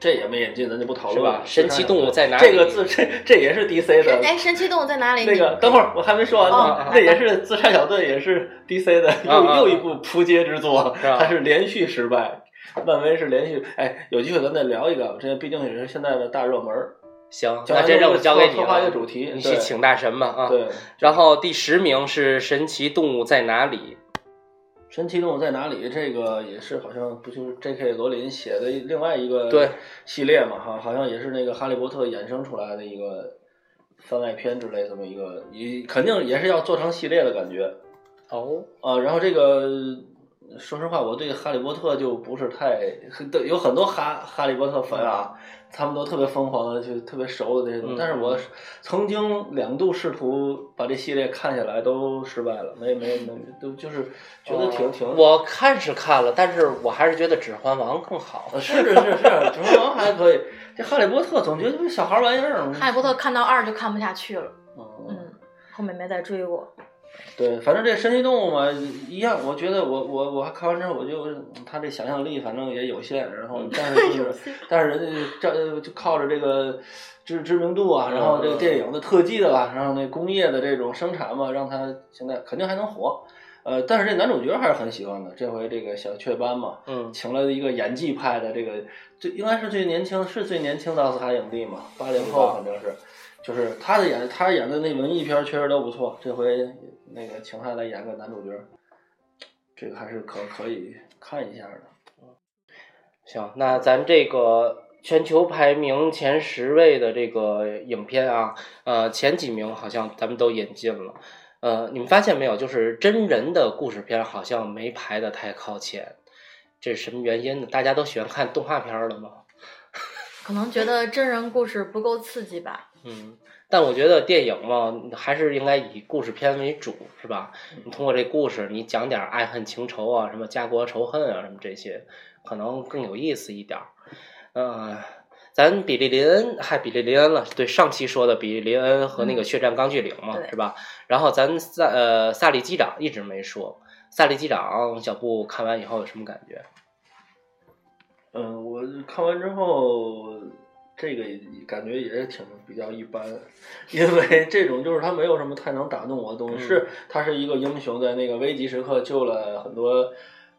[SPEAKER 3] 这也没引进，咱就不讨》
[SPEAKER 1] 是
[SPEAKER 3] 论
[SPEAKER 1] 吧
[SPEAKER 3] 了。？
[SPEAKER 1] 神奇动物在哪里？
[SPEAKER 3] 这个字，这这也是 DC
[SPEAKER 2] 神
[SPEAKER 3] 的。
[SPEAKER 2] 哎，神奇动物在哪里？
[SPEAKER 3] 那个，等会儿我还没说完
[SPEAKER 1] 哦
[SPEAKER 3] 呢。这也是《自杀小队》，也是 DC 的
[SPEAKER 1] 啊啊
[SPEAKER 3] 又又一部扑街之作，
[SPEAKER 1] 是吧啊
[SPEAKER 3] 它是连续失败。漫威是连续，哎，有机会咱再聊一聊，这毕竟也是现在的大热门儿。
[SPEAKER 1] 行，那这任务交给你
[SPEAKER 3] 策划一个
[SPEAKER 1] 了，
[SPEAKER 3] 主题，
[SPEAKER 1] 你
[SPEAKER 3] 对
[SPEAKER 1] 去请大神吧啊。
[SPEAKER 3] 对，
[SPEAKER 1] 然后第十名是《神奇动物在哪里
[SPEAKER 3] 神奇动物在哪里？这个也是好像不就是 J.K. 罗琳写的另外一个
[SPEAKER 1] 对
[SPEAKER 3] 系列嘛，哈，好像也是那个哈利波特衍生出来的一个番外篇之类这么一个，也肯定也是要做成系列的感觉。》。
[SPEAKER 1] 哦，
[SPEAKER 3] 啊，然后这个说实话，我对哈利波特就不是太很对有很多哈哈利波特粉啊，他们都特别疯狂的，就特别熟的那种。
[SPEAKER 1] 嗯
[SPEAKER 3] 但是我曾经两度试图把这系列看下来，都失败了，没没没，都就是觉得挺挺。
[SPEAKER 1] 哦我看是看了，但是我还是觉得《指环王》更好。
[SPEAKER 3] 呃是是是，《指环王》还可以，这《哈利波特》总觉得就是小孩玩意儿。
[SPEAKER 2] 哈利波特看到二就看不下去了，
[SPEAKER 3] 嗯，
[SPEAKER 2] 嗯，后面没再追过。
[SPEAKER 3] 对，反正这神奇动物嘛，一样，我觉得我我我看完之后，我就嗯他这想象力反正也有限，然
[SPEAKER 1] 嗯
[SPEAKER 3] 后但是就是但是人家就这就靠着这个知知名度啊，然后这个电影的特技的吧，然后那工业的这种生产嘛，让他现在肯定还能火。呃，但是这男主角还是很喜欢的，这回这个小雀斑嘛，
[SPEAKER 1] 嗯，
[SPEAKER 3] 请了一个演技派的这个最应该是最年轻，是最年轻的奥斯卡影帝嘛，八零后反正是，就是他的演他演的那文艺片儿确实都不错，这回那个请他来演个男主角，这个还是可可以看一下的。
[SPEAKER 1] 行，那咱这个全球排名前十位的这个影片啊，呃，前几名好像咱们都引进了。呃，你们发现没有？就是真人的故事片好像没排的太靠前，这是什么原因呢？大家都喜欢看动画片儿了吗？
[SPEAKER 2] 可能觉得真人故事不够刺激吧，
[SPEAKER 1] 嗯，但我觉得电影嘛，还是应该以故事片为主，是吧？
[SPEAKER 3] 嗯
[SPEAKER 1] 你通过这故事，你讲点儿爱恨情仇啊，什么家国仇恨啊，什么这些，可能更有意思一点儿。嗯、咱比利林恩，嗨，比利林恩了，对，上期说的比利林恩和
[SPEAKER 3] 嗯
[SPEAKER 1] 那个《血战钢锯岭》嘛，
[SPEAKER 2] 对
[SPEAKER 1] 是吧？然后咱萨呃萨利机长一直没说，萨利机长小布看完以后有什么感觉？
[SPEAKER 3] 嗯，我看完之后，这个感觉也是挺比较一般， 因为这种就是他没有什么太能打动我的东西。
[SPEAKER 1] 嗯
[SPEAKER 3] 是他是一个英雄，在那个危急时刻救了很多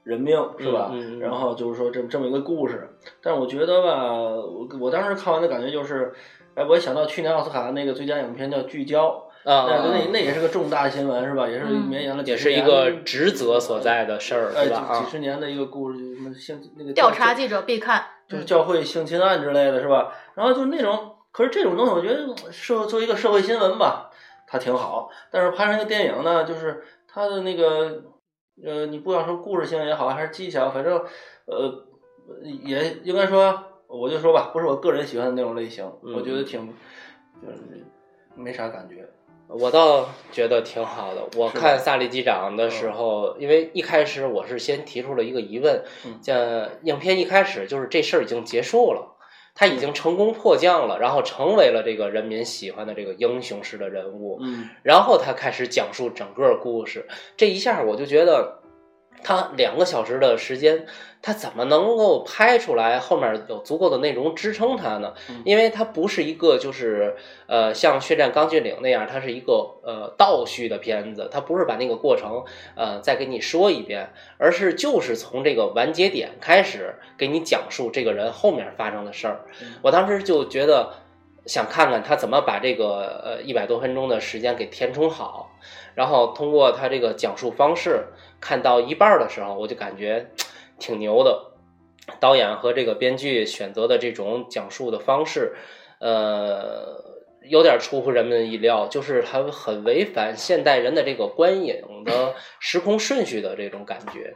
[SPEAKER 3] 人命，是吧？
[SPEAKER 1] 嗯嗯嗯
[SPEAKER 3] 然后就是说这么这么一个故事，但我觉得吧，我我当时看完的感觉就是，哎，我想到去年奥斯卡那个最佳影片叫《聚焦》，
[SPEAKER 1] 啊、
[SPEAKER 3] 那那那也是个重大新闻，是吧？也是
[SPEAKER 2] 嗯
[SPEAKER 3] 绵延了几
[SPEAKER 1] 也
[SPEAKER 3] 十
[SPEAKER 1] 是一
[SPEAKER 3] 年
[SPEAKER 1] 个职责所在的事儿，
[SPEAKER 3] 哎，
[SPEAKER 1] 是吧？
[SPEAKER 3] 几
[SPEAKER 1] 啊
[SPEAKER 3] 几，十年的一个故事，什么现那个
[SPEAKER 2] 调查记者必看。
[SPEAKER 1] 嗯
[SPEAKER 3] 就是教会性侵案之类的是吧？然后就那种，可是这种东西，我觉得嗯社会作为一个社会新闻吧，它挺好。但是拍成一个电影呢，就是它的那个，呃，你不要说故事性也好，还是技巧，反正，呃，也应该说，我就说吧，不是我个人喜欢的那种类型，
[SPEAKER 1] 嗯
[SPEAKER 3] 我觉得挺，就是没啥感觉。
[SPEAKER 1] 我倒觉得挺好的。我
[SPEAKER 3] 是吧
[SPEAKER 1] 看萨利机长的时候，因为一开始我是先提出了一个疑问
[SPEAKER 3] 嗯，
[SPEAKER 1] 像影片一开始就是这事儿已经结束了。他已
[SPEAKER 3] 嗯
[SPEAKER 1] 经成功迫降了，然后成为了这个人民喜欢的这个英雄式的人物。
[SPEAKER 3] 嗯
[SPEAKER 1] 然后他开始讲述整个故事。这一下我就觉得，他两个小时的时间，他怎么能够拍出来后面有足够的内容支撑他呢
[SPEAKER 3] 嗯？
[SPEAKER 1] 因为它不是一个就是呃像《血战钢锯岭》那样，它是一个呃倒叙的片子，它不是把那个过程呃再给你说一遍，而是就是从这个完结点开始给你讲述这个人后面发生的事儿
[SPEAKER 3] 嗯。
[SPEAKER 1] 我当时就觉得想看看他怎么把这个呃一百多分钟的时间给填充好，然后通过他这个讲述方式，看到一半儿的时候，我就感觉挺牛的。导演和这个编剧选择的这种讲述的方式，呃，有点出乎人们意料，就是它很违反现代人的这个观影的时空顺序的这种感觉。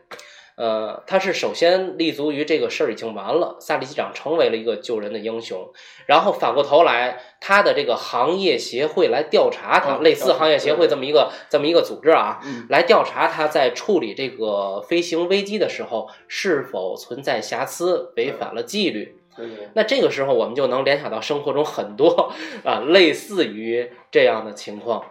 [SPEAKER 1] 呃，他是首先立足于这个事儿已经完了，萨利机长成为了一个救人的英雄，然后反过头来，他的这个行业协会来哦调查他，
[SPEAKER 3] 嗯
[SPEAKER 1] 类似行业协会这么一个这么一个组织啊，
[SPEAKER 3] 嗯
[SPEAKER 1] 来调查他在处理这个飞行危机的时候是否存在瑕疵，违反了纪律。
[SPEAKER 3] 对对，
[SPEAKER 1] 那这个时候，我们就能联想到生活中很多啊类似于这样的情况，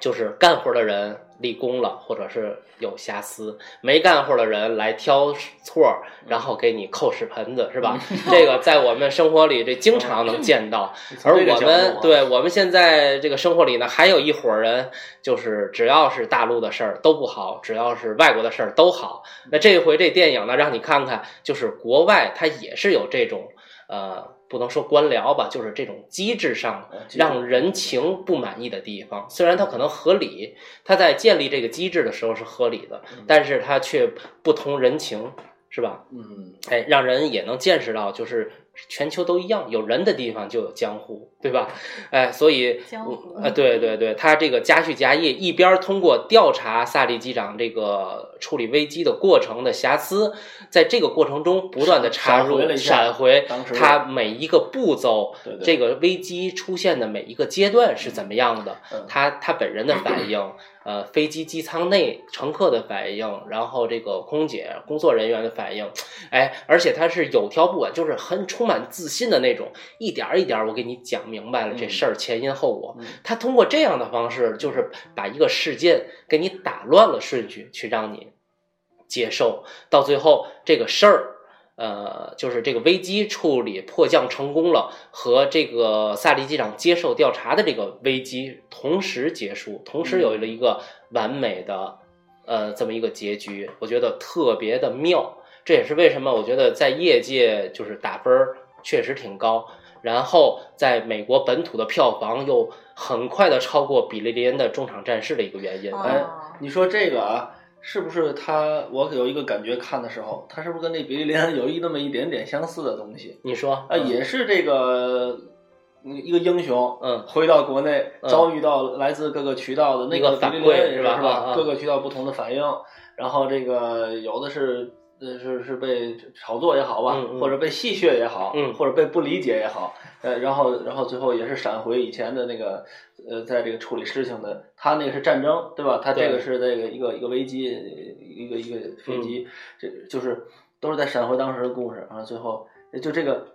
[SPEAKER 1] 就是干活的人立功了，或者是有瑕疵；没干活的人来挑错儿，然后给你扣屎盆子，是吧？这个在我们生活里这经常能见到。而
[SPEAKER 3] 从这个
[SPEAKER 1] 我
[SPEAKER 3] 角度
[SPEAKER 1] 们
[SPEAKER 3] 啊
[SPEAKER 1] 对我们现在这个生活里呢，还有一伙人，就是只要是大陆的事儿都不好，只要是外国的事儿都好。那这回这电影呢，让你看看，就是国外它也是有这种呃，不能说官僚吧，就是这种机制上
[SPEAKER 3] 呃其实
[SPEAKER 1] 让人情不满意的地方。虽然它可能合理，它在建立这个机制的时候是合理的，但是它却不通人情，是吧？
[SPEAKER 3] 嗯
[SPEAKER 1] 哎，让人也能见识到，就是全球都一样，有人的地方就有江湖，对吧？哎，所以
[SPEAKER 2] 江湖
[SPEAKER 1] 呃，对对对，他这个加叙加意，一边儿通过调查萨利机长这个处理危机的过程的瑕疵，在这个过程中不断的插入
[SPEAKER 3] 闪回了一下
[SPEAKER 1] 闪回
[SPEAKER 3] 当时
[SPEAKER 1] 他每一个步骤，
[SPEAKER 3] 对对
[SPEAKER 1] 这个危机出现的每一个阶段是怎么样的，
[SPEAKER 3] 嗯
[SPEAKER 1] 他他本人的反应，呃，飞机机舱内乘客的反应，然后这个空姐工作人员的反应，哎，而且他是有条不紊，就是很充满自信的那种，一点儿一点儿我给你讲明白了这
[SPEAKER 3] 嗯
[SPEAKER 1] 事儿前因后果。
[SPEAKER 3] 嗯
[SPEAKER 1] 他通过这样的方式，就是把一个事件给你打乱了顺序，去让你接受，到最后这个事儿。呃，就是这个危机处理迫降成功了，和这个萨利机长接受调查的这个危机同时结束，同时有了一个完美的呃这么一个结局，我觉得特别的妙。这也是为什么我觉得在业界就是打分儿确实挺高，然后在美国本土的票房又很快的超过《比利林恩的中场战事》的一个原因。
[SPEAKER 3] 哎
[SPEAKER 2] 哦，
[SPEAKER 3] 你说这个啊，是不是他？我有一个感觉，看的时候，他是不是跟那比利林恩有一那么一点点相似的东西？
[SPEAKER 1] 你说
[SPEAKER 3] 啊，也是这个嗯一个英雄，
[SPEAKER 1] 嗯
[SPEAKER 3] 回到国内
[SPEAKER 1] 嗯
[SPEAKER 3] 遭遇到来自各个渠道的那
[SPEAKER 1] 一个
[SPEAKER 3] 个
[SPEAKER 1] 反
[SPEAKER 3] 比利林
[SPEAKER 1] 馈
[SPEAKER 3] 恩
[SPEAKER 1] 是
[SPEAKER 3] 是
[SPEAKER 1] 吧啊
[SPEAKER 3] 吧？各个渠道不同的反应，然后这个有的是。呃是是被炒作也好吧，
[SPEAKER 1] 嗯嗯
[SPEAKER 3] 或者被戏谑也好，
[SPEAKER 1] 嗯
[SPEAKER 3] 或者被不理解也好，呃，然后然后最后也是闪回以前的那个，呃，在这个处理事情的，他那个是战争，对吧？他这
[SPEAKER 1] 对
[SPEAKER 3] 个是这个一个一个危机，一个一个飞
[SPEAKER 1] 嗯
[SPEAKER 3] 机，这就是都是在闪回当时的故事，然后最后呃就这个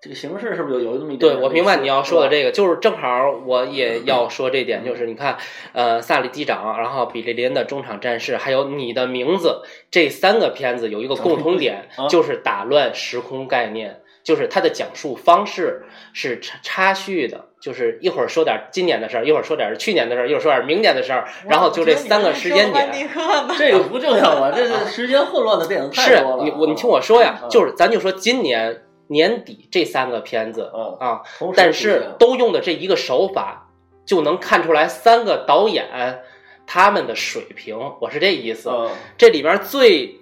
[SPEAKER 3] 这个形式是不是有有那么一点
[SPEAKER 1] 对，
[SPEAKER 3] 点类似？
[SPEAKER 1] 我明白你要说的
[SPEAKER 3] 对
[SPEAKER 1] 这
[SPEAKER 3] 吧嗯
[SPEAKER 1] 个，就是正好我也要说这点，就是你看，呃，萨利机长，然后比利林的中场战事，还有你的名字，这三个片子有一个共同点，
[SPEAKER 3] 啊
[SPEAKER 1] 就是打乱时空概念，就是它的讲述方式是插插叙的。就是一会儿说点今年的事儿，一会儿说点去年的事儿，一会儿说点明年的事儿，然后就这三个时间点，
[SPEAKER 3] 这 个不重要吧？啊这是时间混乱的电影太
[SPEAKER 1] 是
[SPEAKER 3] 多了。
[SPEAKER 1] 你我你听我说呀，
[SPEAKER 3] 嗯
[SPEAKER 1] 就是咱就说今年年底这三个片子
[SPEAKER 3] 嗯
[SPEAKER 1] 啊，
[SPEAKER 3] 同时
[SPEAKER 1] 但
[SPEAKER 3] 出现
[SPEAKER 1] 是都用的这一个手法，就能看出来三个导演他们的水平。我是这意思。
[SPEAKER 2] 啊
[SPEAKER 3] 嗯
[SPEAKER 1] 这里边最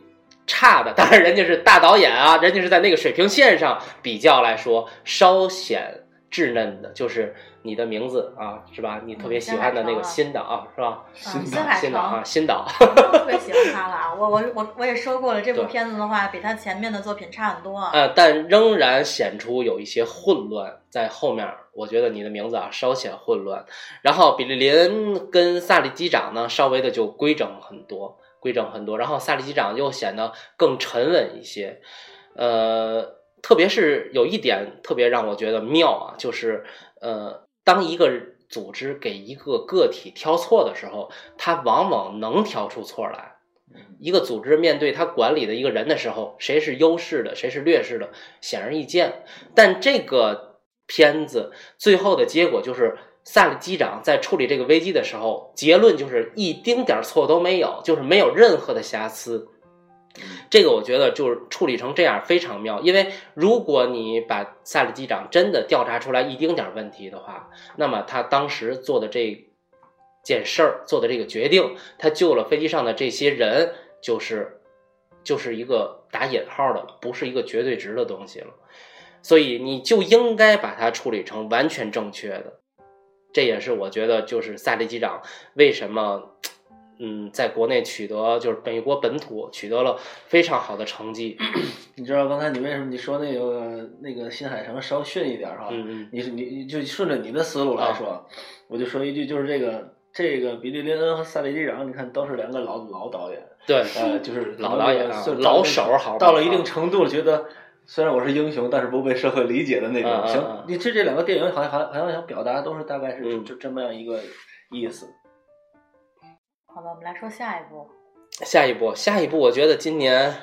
[SPEAKER 1] 差的，当然人家是大导演啊，人家是在那个水平线上比较来说稍显稚嫩的，就是你的名字啊，是吧？你特别喜欢的那个新的啊，是吧？
[SPEAKER 2] 嗯新海
[SPEAKER 1] 新的啊，
[SPEAKER 2] 诚，
[SPEAKER 1] 新导。
[SPEAKER 2] 我特别喜欢他了啊！我我我我也说过了，这部
[SPEAKER 1] 对
[SPEAKER 2] 片子的话，比他前面的作品差很多啊。
[SPEAKER 3] 嗯
[SPEAKER 1] 呃，但仍然显出有一些混乱在后面儿。我觉得你的名字啊稍显混乱，然后比利林恩跟萨利机长呢稍微的就规整很多，规整很多，然后萨利机长又显得更沉稳一些。呃，特别是有一点特别让我觉得妙啊，就是呃，当一个组织给一个个体挑错的时候，他往往能挑出错来。一个组织面对他管理的一个人的时候，谁是优势的，谁是劣势的，显而易见。但这个片子最后的结果就是，萨利机长在处理这个危机的时候，结论就是一丁点儿错都没有，就是没有任何的瑕疵。这个我觉得就是处理成这样非常妙，因为如果你把萨利机长真的调查出来一丁点儿问题的话，那么他当时做的这件事儿，做的这个决定，他救了飞机上的这些人，就是就是一个打引号的，不是一个绝对值的东西了。所以你就应该把它处理成完全正确的。这也是我觉得就是萨利机长为什么。嗯，在国内取得就是美国本土取得了非常好的成绩。
[SPEAKER 3] 你知道刚才你为什么你说那个那个新海诚稍逊一点哈？
[SPEAKER 1] 嗯嗯啊
[SPEAKER 3] 你是你你就顺着你的思路来说，我就说一句，就是这个这个比利林恩和萨利机长，你看都是两个老老导演，
[SPEAKER 1] 对，
[SPEAKER 3] 呃， 就是
[SPEAKER 1] 老导演啊
[SPEAKER 3] 就是
[SPEAKER 1] 老手儿好吧啊
[SPEAKER 3] 到了一定程度，觉得虽然我是英雄，但是不被社会理解的那
[SPEAKER 1] 嗯嗯
[SPEAKER 3] 种。
[SPEAKER 1] 嗯
[SPEAKER 3] 行，你这这两个电影好像好像好像想表达都是大概是
[SPEAKER 1] 嗯
[SPEAKER 3] 就这么样一个意思。
[SPEAKER 2] 好吧，我们来说下一部。
[SPEAKER 1] 下一步，下一步，我觉得今年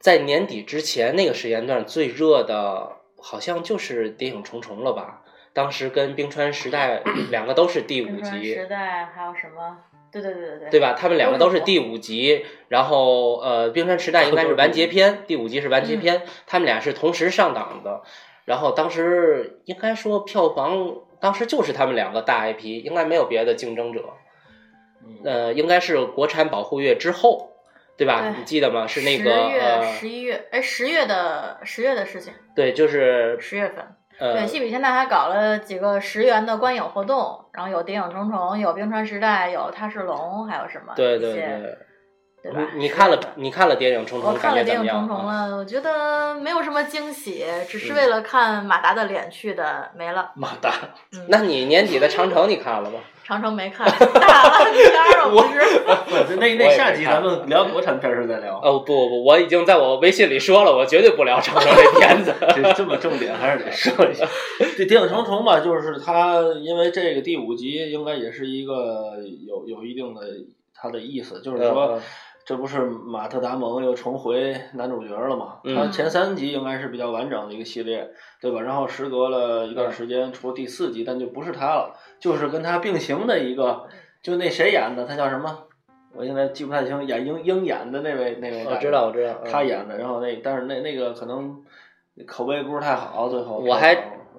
[SPEAKER 1] 在年底之前那个时间段最热的，好像就是《谍影重重》了吧？当时跟《冰川时代》 两个都是第五
[SPEAKER 2] 青春时
[SPEAKER 1] 集，
[SPEAKER 2] 代还有什么？对对对对对，
[SPEAKER 1] 对吧？他们两个都是第五集，然后呃，《冰川时代》应该是完结篇，第五集是完结篇，他们俩是同时上档的。然后当时应该说票房，当时就是他们两个大 IP，应该没有别的竞争者。
[SPEAKER 3] 嗯
[SPEAKER 1] 呃，应该是国产保护月之后，对吧？
[SPEAKER 2] 对
[SPEAKER 1] 你记得吗？是那个
[SPEAKER 2] 十月、
[SPEAKER 1] 呃，
[SPEAKER 2] 十一月，哎，十月的十月的事情，
[SPEAKER 1] 对，就是
[SPEAKER 2] 十月份。对，
[SPEAKER 1] 呃，
[SPEAKER 2] 戏比现在还搞了几个十元的观影活动，然后有《谍影重重》，有《冰川时代》，有《他是龙》，还有什么？
[SPEAKER 1] 对
[SPEAKER 2] 一
[SPEAKER 1] 对
[SPEAKER 2] 些
[SPEAKER 1] 对，
[SPEAKER 2] 对吧？
[SPEAKER 1] 你你看
[SPEAKER 2] 十月
[SPEAKER 1] 了
[SPEAKER 2] 份
[SPEAKER 1] 你看了《谍影重重
[SPEAKER 2] 我》，看
[SPEAKER 1] 感
[SPEAKER 2] 了
[SPEAKER 1] 觉
[SPEAKER 2] 《谍
[SPEAKER 1] 怎么
[SPEAKER 2] 影重
[SPEAKER 1] 样？嗯
[SPEAKER 2] 重》
[SPEAKER 1] 啊
[SPEAKER 2] 了，我觉得没有什么惊喜，只是为了看马达的脸去的，没了。
[SPEAKER 3] 马达，
[SPEAKER 2] 嗯，
[SPEAKER 1] 那你年底的长城你看 了吗？
[SPEAKER 2] 长城 没看，打了片儿，我不是。
[SPEAKER 3] 那
[SPEAKER 1] 我也
[SPEAKER 3] 那
[SPEAKER 1] 没
[SPEAKER 3] 下集
[SPEAKER 1] 看
[SPEAKER 3] 咱们聊国产片儿时候再聊。
[SPEAKER 1] 哦不不不，我已经在我微信里说了，我绝对不聊长城这片子。
[SPEAKER 3] 这这么重点还是得说一 下。这《谍影重重》吧，就是它，因为这个第五集应该也是一个有有一定的它的意思，就是
[SPEAKER 1] 嗯
[SPEAKER 3] 说
[SPEAKER 1] 嗯，
[SPEAKER 3] 这不是马特·达蒙又重回男主角了嘛？
[SPEAKER 1] 嗯
[SPEAKER 3] 他前三集应该是比较完整的一个系列，对吧？然后时隔了一段时间，除第四集，但就不是他了，就是跟他并行的一个，就那谁演的，他叫什么？我现在记不太清，演鹰鹰眼的那位那位，
[SPEAKER 1] 我知道我知道，嗯
[SPEAKER 3] 他演的，然后那但是那那个可能口碑不是太好，最后
[SPEAKER 1] 我还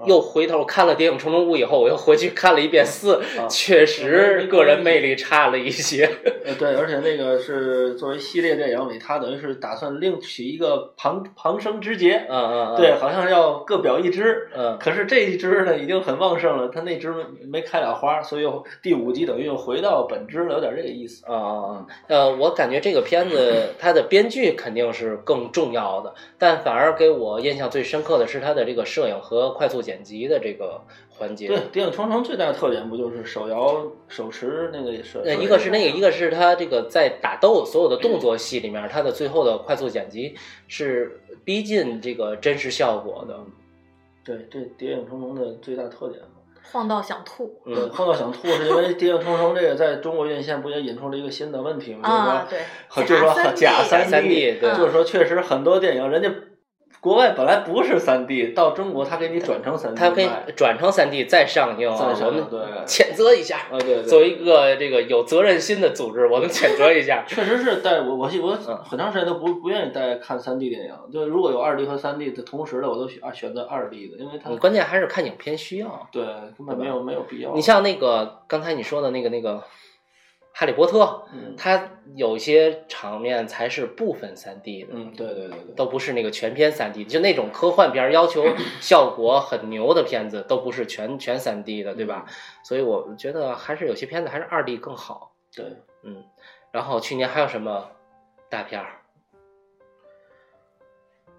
[SPEAKER 1] 又回头看了《谍影重重五》以后，我又回去看了一遍四，
[SPEAKER 3] 啊
[SPEAKER 1] 确实个人魅力差了一些。
[SPEAKER 3] 呃对，而且那个是作为系列电影里，他等于是打算另起一个旁旁生枝节，
[SPEAKER 1] 嗯嗯嗯，
[SPEAKER 3] 对，，好像要各表一枝。
[SPEAKER 1] 嗯
[SPEAKER 3] 可是这一支呢，已经很旺盛了，他那支没开了花，所以又第五集等于又回到本支了，有点这个意思。
[SPEAKER 1] 嗯嗯嗯，呃，我感觉这个片子它的编剧肯定是更重要的，但反而给我印象最深刻的是它的这个摄影和快速剪辑的这个环节。
[SPEAKER 3] 对，《谍影重重》最大的特点不就是手摇手持那个手？
[SPEAKER 1] 呃，一个是那个，一
[SPEAKER 3] 个
[SPEAKER 1] 个是他这个在打斗所有的动作戏里面，他的最后的快速剪辑是逼近这个真实效果的。
[SPEAKER 3] 对，这《谍影重重》的最大特点。
[SPEAKER 2] 晃到想吐
[SPEAKER 3] 对，
[SPEAKER 1] 嗯，
[SPEAKER 3] 呃碰到想吐是因为《谍影重重》这个在中国院线不也引出了一个新的问题
[SPEAKER 2] 啊
[SPEAKER 3] 吗？！
[SPEAKER 2] 对，
[SPEAKER 3] 就是说，就是说假
[SPEAKER 1] 三 D
[SPEAKER 3] 三
[SPEAKER 1] 3D 对
[SPEAKER 3] 就是说确实很多电影人家国外本来不是三 D，到中国他给你转成三 D
[SPEAKER 1] 他可以
[SPEAKER 3] 卖
[SPEAKER 1] 转成三 D 再上映啊
[SPEAKER 3] 再，上
[SPEAKER 1] 我
[SPEAKER 3] 映
[SPEAKER 1] 们
[SPEAKER 3] 对
[SPEAKER 1] 谴责一下。
[SPEAKER 3] 啊，对
[SPEAKER 1] 作
[SPEAKER 3] 对。。
[SPEAKER 1] 为一个这个有责任心的组织，我们谴责一下
[SPEAKER 3] 确实是，但我我我
[SPEAKER 1] 嗯
[SPEAKER 3] 很长时间都不不愿意再看三 D 电影，就是如果有二 D 和三 D 的同时的，我都选啊选择二 D 的，因为它
[SPEAKER 1] 嗯关键还是看影片需要。
[SPEAKER 3] 对根本没有没有必要。
[SPEAKER 1] 你像那个刚才你说的那个那个《哈利波特
[SPEAKER 3] 嗯》，
[SPEAKER 1] 它有些场面才是部分三 D 的。
[SPEAKER 3] 嗯，对对对对，
[SPEAKER 1] 都不是那个全片三 D，就那种科幻片儿要求效果很牛的片子，都不是全全三 D 的，对吧？
[SPEAKER 3] 嗯
[SPEAKER 1] 所以我觉得还是有些片子还是二 D 更好。
[SPEAKER 3] 对。
[SPEAKER 1] 嗯，然后去年还有什么大片儿？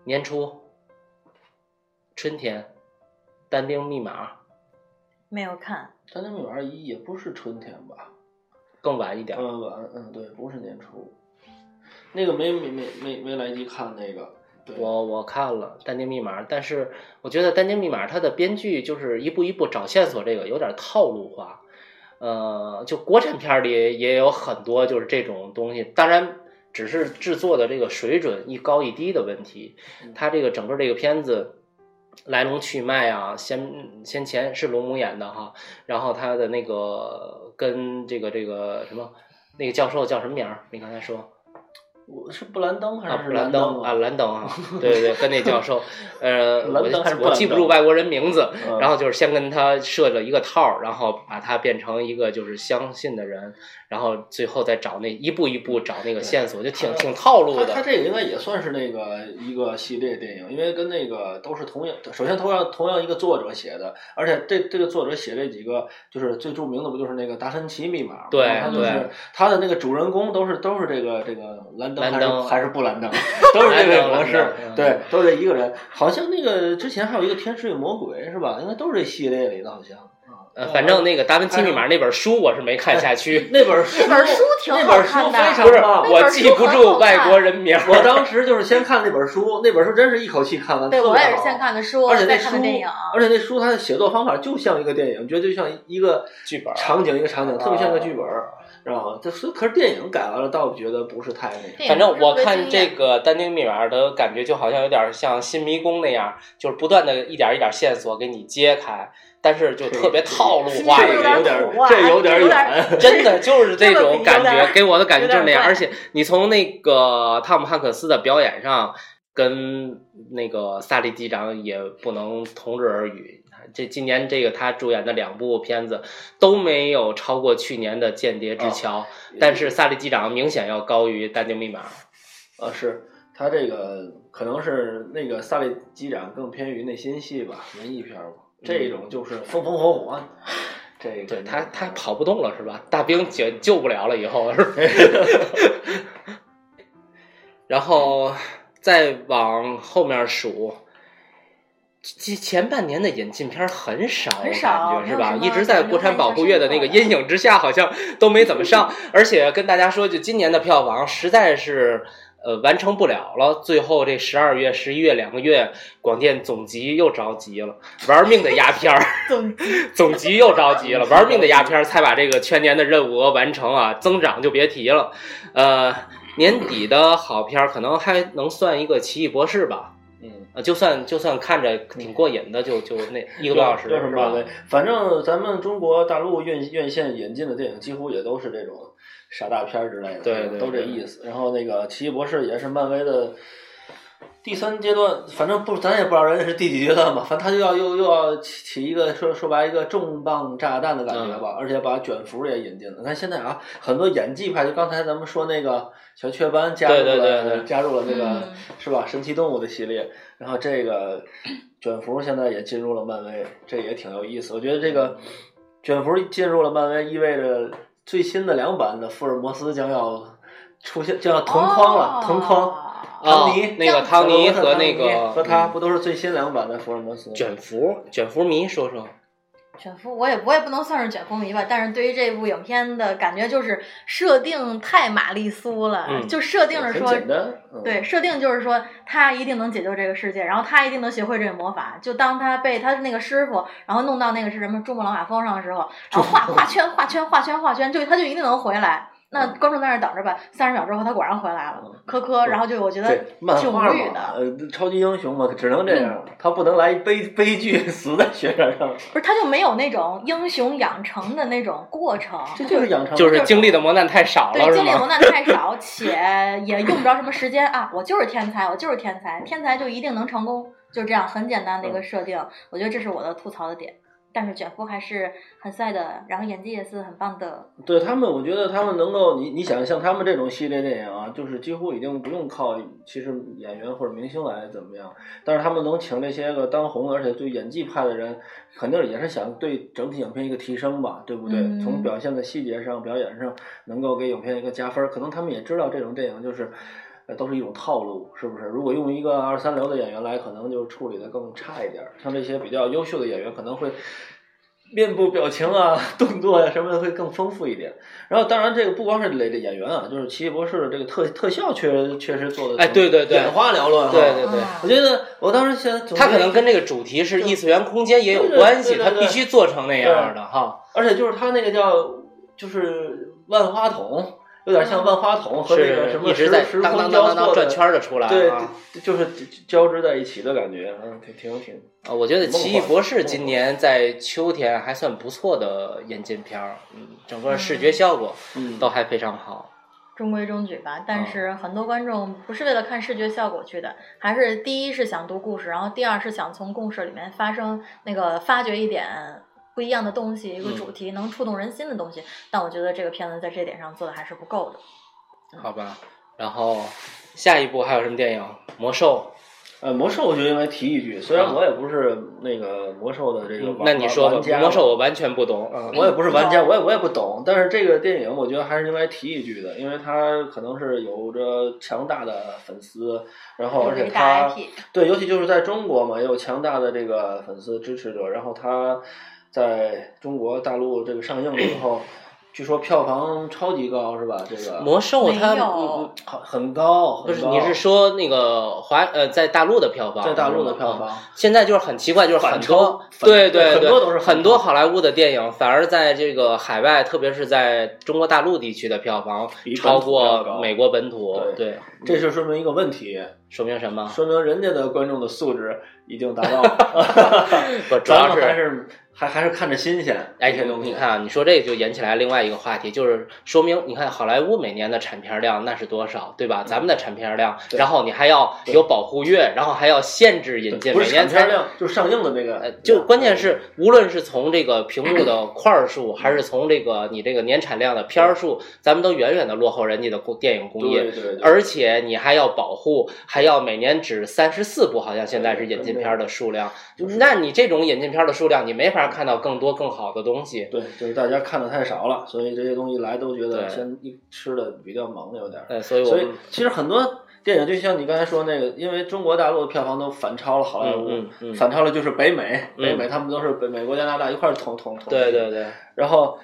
[SPEAKER 1] 年初，春天，《单兵密码》
[SPEAKER 2] 没有看，
[SPEAKER 3] 但那密码一也不是春天吧？
[SPEAKER 1] 更晚一点儿。
[SPEAKER 3] 嗯，晚，嗯，对，不是年初，那个没没没没没来及看那个，对，
[SPEAKER 1] 我我看了《单兵密码》，但是我觉得《单兵密码》它的编剧就是一步一步找线索，这个有点套路化。呃，就国产片儿里也有很多就是这种东西，当然只是制作的这个水准一高一低的问题。
[SPEAKER 3] 嗯
[SPEAKER 1] 它这个整个这个片子来龙去脉啊，先先前是龙母演的哈，然后他的那个跟这个这个什么那个教授叫什么名儿？你刚才说？
[SPEAKER 3] 我是布兰登
[SPEAKER 1] 啊
[SPEAKER 3] 还，
[SPEAKER 1] 布
[SPEAKER 3] 是
[SPEAKER 1] 兰登
[SPEAKER 3] 登
[SPEAKER 1] 啊，？兰登啊，对对对，跟那教授，呃，
[SPEAKER 3] 兰登还是
[SPEAKER 1] 我
[SPEAKER 3] 布兰
[SPEAKER 1] 我记不
[SPEAKER 3] 登
[SPEAKER 1] 住外国人名字，
[SPEAKER 3] 嗯
[SPEAKER 1] 然后就是先跟他设了一个套儿，然后把他变成一个就是相信的人，然后最后再找那一步一步找那个线索，就挺
[SPEAKER 3] 他
[SPEAKER 1] 挺套路
[SPEAKER 3] 他他
[SPEAKER 1] 的。
[SPEAKER 3] 这个应该也算是那个一个系列电影，因为跟那个都是同样，首先同样同样一个作者写的，而且这这个作者写这几个就是最著名的不就是那个达芬奇密码吗？
[SPEAKER 1] 对
[SPEAKER 3] 他就
[SPEAKER 1] 对
[SPEAKER 3] 是他的那个主人公都是都是这个这个兰
[SPEAKER 1] 兰
[SPEAKER 3] 登还
[SPEAKER 1] 登
[SPEAKER 3] 是还是布兰登， 都是这位博
[SPEAKER 1] 兰登兰
[SPEAKER 3] 士
[SPEAKER 1] 登，
[SPEAKER 3] 对，都是这一个人。好像那个之前还有一个天使与魔鬼是吧？应该都是这系列里的，好像。
[SPEAKER 1] 呃，反正那个《达芬奇密码》那本书我是没看下去，
[SPEAKER 3] 那本书
[SPEAKER 2] 那本书挺
[SPEAKER 3] 那
[SPEAKER 2] 好
[SPEAKER 3] 本书
[SPEAKER 2] 看的
[SPEAKER 3] 非常
[SPEAKER 1] 不是
[SPEAKER 3] 棒。
[SPEAKER 2] 那
[SPEAKER 1] 我
[SPEAKER 2] 本
[SPEAKER 1] 记
[SPEAKER 2] 书
[SPEAKER 1] 不
[SPEAKER 2] 很
[SPEAKER 1] 住
[SPEAKER 2] 好
[SPEAKER 1] 外
[SPEAKER 2] 看
[SPEAKER 1] 国人名儿。
[SPEAKER 3] 我当时就是先看那本书，那本书真是一口气看完，
[SPEAKER 2] 对
[SPEAKER 3] 特别
[SPEAKER 2] 我也是
[SPEAKER 3] 好
[SPEAKER 2] 先看的书，
[SPEAKER 3] 而且那
[SPEAKER 2] 再
[SPEAKER 3] 书
[SPEAKER 2] 看的电影。，啊
[SPEAKER 3] 而且那书它的写作方法就像一个电影，觉得就像一个
[SPEAKER 1] 剧本儿
[SPEAKER 3] 场景一个场景，特别像
[SPEAKER 2] 哦
[SPEAKER 3] 一个
[SPEAKER 1] 啊
[SPEAKER 3] 剧本儿，然后这是可是电影改完了，倒觉得不是太那个。
[SPEAKER 2] 电影
[SPEAKER 1] 反正我
[SPEAKER 2] 不是特别
[SPEAKER 1] 看
[SPEAKER 2] 惊
[SPEAKER 1] 这
[SPEAKER 2] 艳
[SPEAKER 1] 个《丹丁密码》的感觉，就好像有点像新迷宫那样，就是不断的一点一点线索给你揭开，但是就特别套路
[SPEAKER 2] 新迷
[SPEAKER 1] 化
[SPEAKER 2] 宫
[SPEAKER 1] 的
[SPEAKER 2] 有
[SPEAKER 1] 那
[SPEAKER 2] 点
[SPEAKER 1] 种。
[SPEAKER 3] 点
[SPEAKER 2] 土啊
[SPEAKER 3] 这有点
[SPEAKER 2] 这有点
[SPEAKER 3] 远。
[SPEAKER 1] 真的就是这种感觉，
[SPEAKER 2] 这个比有点
[SPEAKER 1] 给我的感觉就是那样。
[SPEAKER 2] 有点怪
[SPEAKER 1] 而且你从那个汤姆汉克斯的表演上，跟那个萨利机长也不能同日而语。这今年这个他主演的两部片子都没有超过去年的《间谍之桥》，但是萨利机长明显要高于《丹丁密码》。
[SPEAKER 3] 呃，是他这个可能是那个萨利机长更偏于内心戏吧，文艺片儿吧，这种就是风风火火，这个
[SPEAKER 1] 嗯对他，他跑不动了是吧？大兵解救不了了，以后是吧？ 然后再往后面数，前前半年的引进片儿很少，
[SPEAKER 2] 很少
[SPEAKER 1] 我感觉是吧？
[SPEAKER 2] 没有什么
[SPEAKER 1] 一直在国产保护月的那个阴影之下，好像都没怎么 上。而且跟大家说，就今年的票房实在是。呃，完成不了了。最后这十二月、十一月两个月，广电总局又着急了，玩命的压片儿。
[SPEAKER 2] 总
[SPEAKER 1] 总局又着急了，玩命的压片儿才把这个全年的任务额完成啊，增长就别提了。呃，年底的好片儿可能还能算一个《奇异博士》吧，
[SPEAKER 3] 嗯。
[SPEAKER 1] 呃，就算就算看着挺过瘾的，就就那一个多小时
[SPEAKER 3] 就是
[SPEAKER 1] 是
[SPEAKER 3] 漫
[SPEAKER 1] 吧？
[SPEAKER 3] 威。反正咱们中国大陆院院线引进的电影几乎也都是这种傻大片儿之类的，
[SPEAKER 1] 对对
[SPEAKER 3] 都这
[SPEAKER 1] 对
[SPEAKER 3] 意思。然后那个《奇异博士》也是漫威的第三阶段，反正不，咱也不知道人家是第几阶段吧，反正他就要又又要起起一个说说白一个重磅炸弹的感觉
[SPEAKER 1] 嗯
[SPEAKER 3] 吧，而且把卷福也引进了。你看现在啊，很多演技派，就刚才咱们说那个小雀斑加入了
[SPEAKER 1] 对对对对
[SPEAKER 3] 加入了那个、
[SPEAKER 2] 嗯
[SPEAKER 3] 是吧？神奇动物的系列，然后这个 卷福现在也进入了漫威，这也挺有意思。我觉得这个卷福进入了漫威，意味着最新的两版的福尔摩斯将要出现，将要同
[SPEAKER 2] 哦
[SPEAKER 3] 框了，同框。
[SPEAKER 2] 框
[SPEAKER 1] 啊
[SPEAKER 3] 汤尼，
[SPEAKER 1] 那个汤尼和那
[SPEAKER 3] 汤尼
[SPEAKER 1] 个嗯
[SPEAKER 3] 和他不都是最新两版的福尔摩斯吗？
[SPEAKER 1] 卷福卷福迷说说，
[SPEAKER 2] 卷福，我也我也不能算是卷福迷吧，但是对于这部影片的感觉就是设定太玛丽苏了，
[SPEAKER 1] 嗯
[SPEAKER 2] 就设定着
[SPEAKER 3] 很
[SPEAKER 2] 说
[SPEAKER 3] 简单，嗯
[SPEAKER 2] 对，设定就是说他一定能解救这个世界，然后他一定能学会这个魔法。就当他被他那个师傅，然后弄到那个是什么珠穆朗玛峰上的时候，然后画画圈、画圈、画圈、画圈，就他就一定能回来。那观众在那儿等着吧，三十秒之后他果然回来了
[SPEAKER 3] 嗯，
[SPEAKER 2] 科科，然后就我觉得
[SPEAKER 3] 对，漫
[SPEAKER 2] 挺
[SPEAKER 3] 画
[SPEAKER 2] 无语
[SPEAKER 3] 嘛，
[SPEAKER 2] 的。嗯
[SPEAKER 3] 呃，超级英雄嘛，只能这样，他不能来一悲悲剧死在雪山上，
[SPEAKER 2] 不是，他就没有那种英雄养成的那种过程。
[SPEAKER 3] 这 就是养成
[SPEAKER 1] 就是经历的磨难太少了
[SPEAKER 2] 对，
[SPEAKER 1] 是
[SPEAKER 2] 经历磨
[SPEAKER 1] 吗？
[SPEAKER 2] 难太少，且也用不着什么时间啊！我就是天才，我就是天才，天才就一定能成功，就这样很简单
[SPEAKER 1] 嗯
[SPEAKER 2] 的一个设定。我觉得这是我的吐槽的点。但是卷福还是很帅的，然后演技也是很棒的。
[SPEAKER 3] 对他们，我觉得他们能够，你你想像他们这种系列电影啊，就是几乎已经不用靠其实演员或者明星来怎么样，但是他们能请这些个当红而且对演技派的人，肯定也是想对整体影片一个提升吧，对不对？
[SPEAKER 2] 嗯
[SPEAKER 3] 从表现的细节上、表演上，能够给影片一个加分儿。可能他们也知道这种电影就是。呃，都是一种套路，是不是？如果用一个二三流的演员来，可能就处理的更差一点儿。像这些比较优秀的演员，可能会面部表情啊、 动作呀、什么的会更丰富一点。然后，当然这个不光是雷的演员啊，就是《奇异博士》的这个特特效确确实做的，
[SPEAKER 1] 哎对对对
[SPEAKER 3] 眼花缭乱啊。
[SPEAKER 1] 对对对。
[SPEAKER 3] 我
[SPEAKER 2] 嗯
[SPEAKER 3] 觉得我当时现在总
[SPEAKER 1] 它
[SPEAKER 3] 结
[SPEAKER 1] 可能跟这个主题是异次元空间也有
[SPEAKER 3] 对对
[SPEAKER 1] 关系，
[SPEAKER 3] 对对
[SPEAKER 1] 它
[SPEAKER 3] 对
[SPEAKER 1] 必须做成那样的哈。
[SPEAKER 3] 而且就是他那个叫就是万花筒，有点像万花筒和那个
[SPEAKER 1] 是
[SPEAKER 3] 什么
[SPEAKER 1] 一直
[SPEAKER 3] 时
[SPEAKER 1] 在
[SPEAKER 3] 时
[SPEAKER 1] 当
[SPEAKER 3] 空
[SPEAKER 1] 当
[SPEAKER 3] 交
[SPEAKER 1] 当当当
[SPEAKER 3] 错的
[SPEAKER 1] 转圈儿的出来
[SPEAKER 3] 对
[SPEAKER 1] 啊。，
[SPEAKER 3] 就是交织在一起的感觉，嗯，挺挺挺
[SPEAKER 1] 啊，我觉得《
[SPEAKER 3] 梦
[SPEAKER 1] 奇异
[SPEAKER 3] 幻
[SPEAKER 1] 博士
[SPEAKER 3] 梦》
[SPEAKER 1] 今
[SPEAKER 3] 幻
[SPEAKER 1] 年在秋天还算不错的引进片儿，嗯，整个视觉效果
[SPEAKER 3] 嗯
[SPEAKER 1] 都还非常好。
[SPEAKER 2] 中规中矩吧，
[SPEAKER 1] 嗯
[SPEAKER 2] 但是很多观众不是为了看视觉效果去的，还是第一是想读故事，然后第二是想从故事里面发生那个发掘一点不一样的东西，一个
[SPEAKER 1] 嗯
[SPEAKER 2] 主题能触动人心的东西。但我觉得这个片子在这点上做的还是不够的。
[SPEAKER 1] 好吧，然后下一部还有什么电影？魔兽，
[SPEAKER 3] 呃，魔兽我就应该提一句，虽然
[SPEAKER 1] 啊嗯
[SPEAKER 3] 我也不是那个魔兽的这个玩、
[SPEAKER 1] 那你说吧
[SPEAKER 3] 玩家，呃
[SPEAKER 1] 魔兽我完全不懂。嗯
[SPEAKER 3] 我也不是玩家，
[SPEAKER 2] 嗯
[SPEAKER 3] 我也我也不懂，但是这个电影我觉得还是应该提一句的，因为它可能是有着强大的粉丝，然
[SPEAKER 1] 哦
[SPEAKER 3] 后而且它对，尤其就是在中国嘛，也有强大的这个粉丝支持者。然后它在中国大陆这个上映以后，据说票房超级高，是吧？这个
[SPEAKER 1] 魔兽它
[SPEAKER 2] 没有
[SPEAKER 1] 嗯
[SPEAKER 3] 很很高，很
[SPEAKER 1] 不是
[SPEAKER 3] 高
[SPEAKER 1] 你是说那个华呃在大陆的票房？
[SPEAKER 3] 在大陆的
[SPEAKER 1] 是吗
[SPEAKER 3] 票。房
[SPEAKER 1] 嗯现在就是很奇怪，就是很
[SPEAKER 3] 反
[SPEAKER 1] 多
[SPEAKER 3] 超反
[SPEAKER 1] 对对
[SPEAKER 3] 很多都是反超
[SPEAKER 1] 很多好莱坞的电影，反而在这个海外，特别是在中国大陆地区的票房
[SPEAKER 3] 比本土
[SPEAKER 1] 超
[SPEAKER 3] 要
[SPEAKER 1] 过
[SPEAKER 3] 高
[SPEAKER 1] 美国本土，
[SPEAKER 3] 对
[SPEAKER 1] 对，
[SPEAKER 3] 这是说明一个问题，
[SPEAKER 1] 说明什么？
[SPEAKER 3] 说明人家的观众的素质已经达到了，
[SPEAKER 1] 不，主
[SPEAKER 3] 咱
[SPEAKER 1] 要
[SPEAKER 3] 们还
[SPEAKER 1] 是
[SPEAKER 3] 是还还是看着新鲜。
[SPEAKER 1] 哎，
[SPEAKER 3] 这些东西
[SPEAKER 1] 你，看啊，你说这个就引起来另外一个话题，就是说明你看好莱坞每年的产片量那是多少，对吧？咱们的产片量，
[SPEAKER 3] 对
[SPEAKER 1] 然后你还要有保护月，然后还要限制引进，
[SPEAKER 3] 不
[SPEAKER 1] 每
[SPEAKER 3] 是产
[SPEAKER 1] 年
[SPEAKER 3] 片
[SPEAKER 1] 才。
[SPEAKER 3] 量，就是上映的那个，
[SPEAKER 1] 呃，就关键是，无论是从这个屏幕的块儿数，还是从这个你这个年产量的片儿数，咱们都远远的落后人家的工电影工业。
[SPEAKER 3] 对对对，
[SPEAKER 1] 而且你还要保护，还要每年只三十四部，好像现在是引进片儿的数量。
[SPEAKER 3] 就是
[SPEAKER 1] 那你这种引进片儿的数量，你没法看到更多更好的东西。
[SPEAKER 3] 对，就是大家看的太少了，所以这些东西来都觉
[SPEAKER 1] 对
[SPEAKER 3] 得先一吃的比较忙，有点儿。
[SPEAKER 1] 呃，所以我
[SPEAKER 3] 所以
[SPEAKER 1] 们
[SPEAKER 3] 其实很多电影，就像你刚才说那个，因为中国大陆的票房都反超了好莱
[SPEAKER 1] 嗯
[SPEAKER 3] 坞，
[SPEAKER 1] 嗯嗯
[SPEAKER 3] 呃反超了就是北美，
[SPEAKER 1] 嗯
[SPEAKER 3] 北美他们都是北美国、加拿大一块儿统统统。
[SPEAKER 1] 对对。对，
[SPEAKER 3] 然后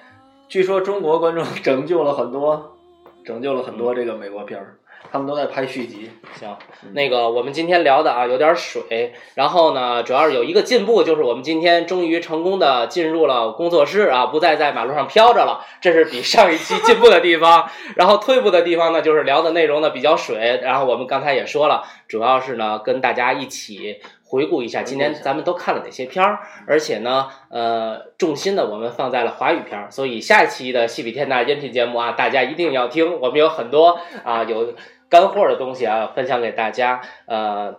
[SPEAKER 3] 据说中国观众 拯救了很多，拯救了很多这个美国片儿，他们都在拍续集。
[SPEAKER 1] 行，那个我们今天聊的啊有点水，然后呢，主要是有一个进步，就是我们今天终于成功的进入了工作室啊，不再在马路上飘着了，这是比上一期进步的地方。然后退步的地方呢，就是聊的内容呢比较水，然后我们刚才也说了，主要是呢跟大家一起。回顾一下今年咱们都看了哪些片儿，而且呢，呃，重心呢我们放在了华语片儿，所以下一期的戏比天大音频节目啊，大家一定要听，我们有很多啊有干货的东西啊，分享给大家。呃，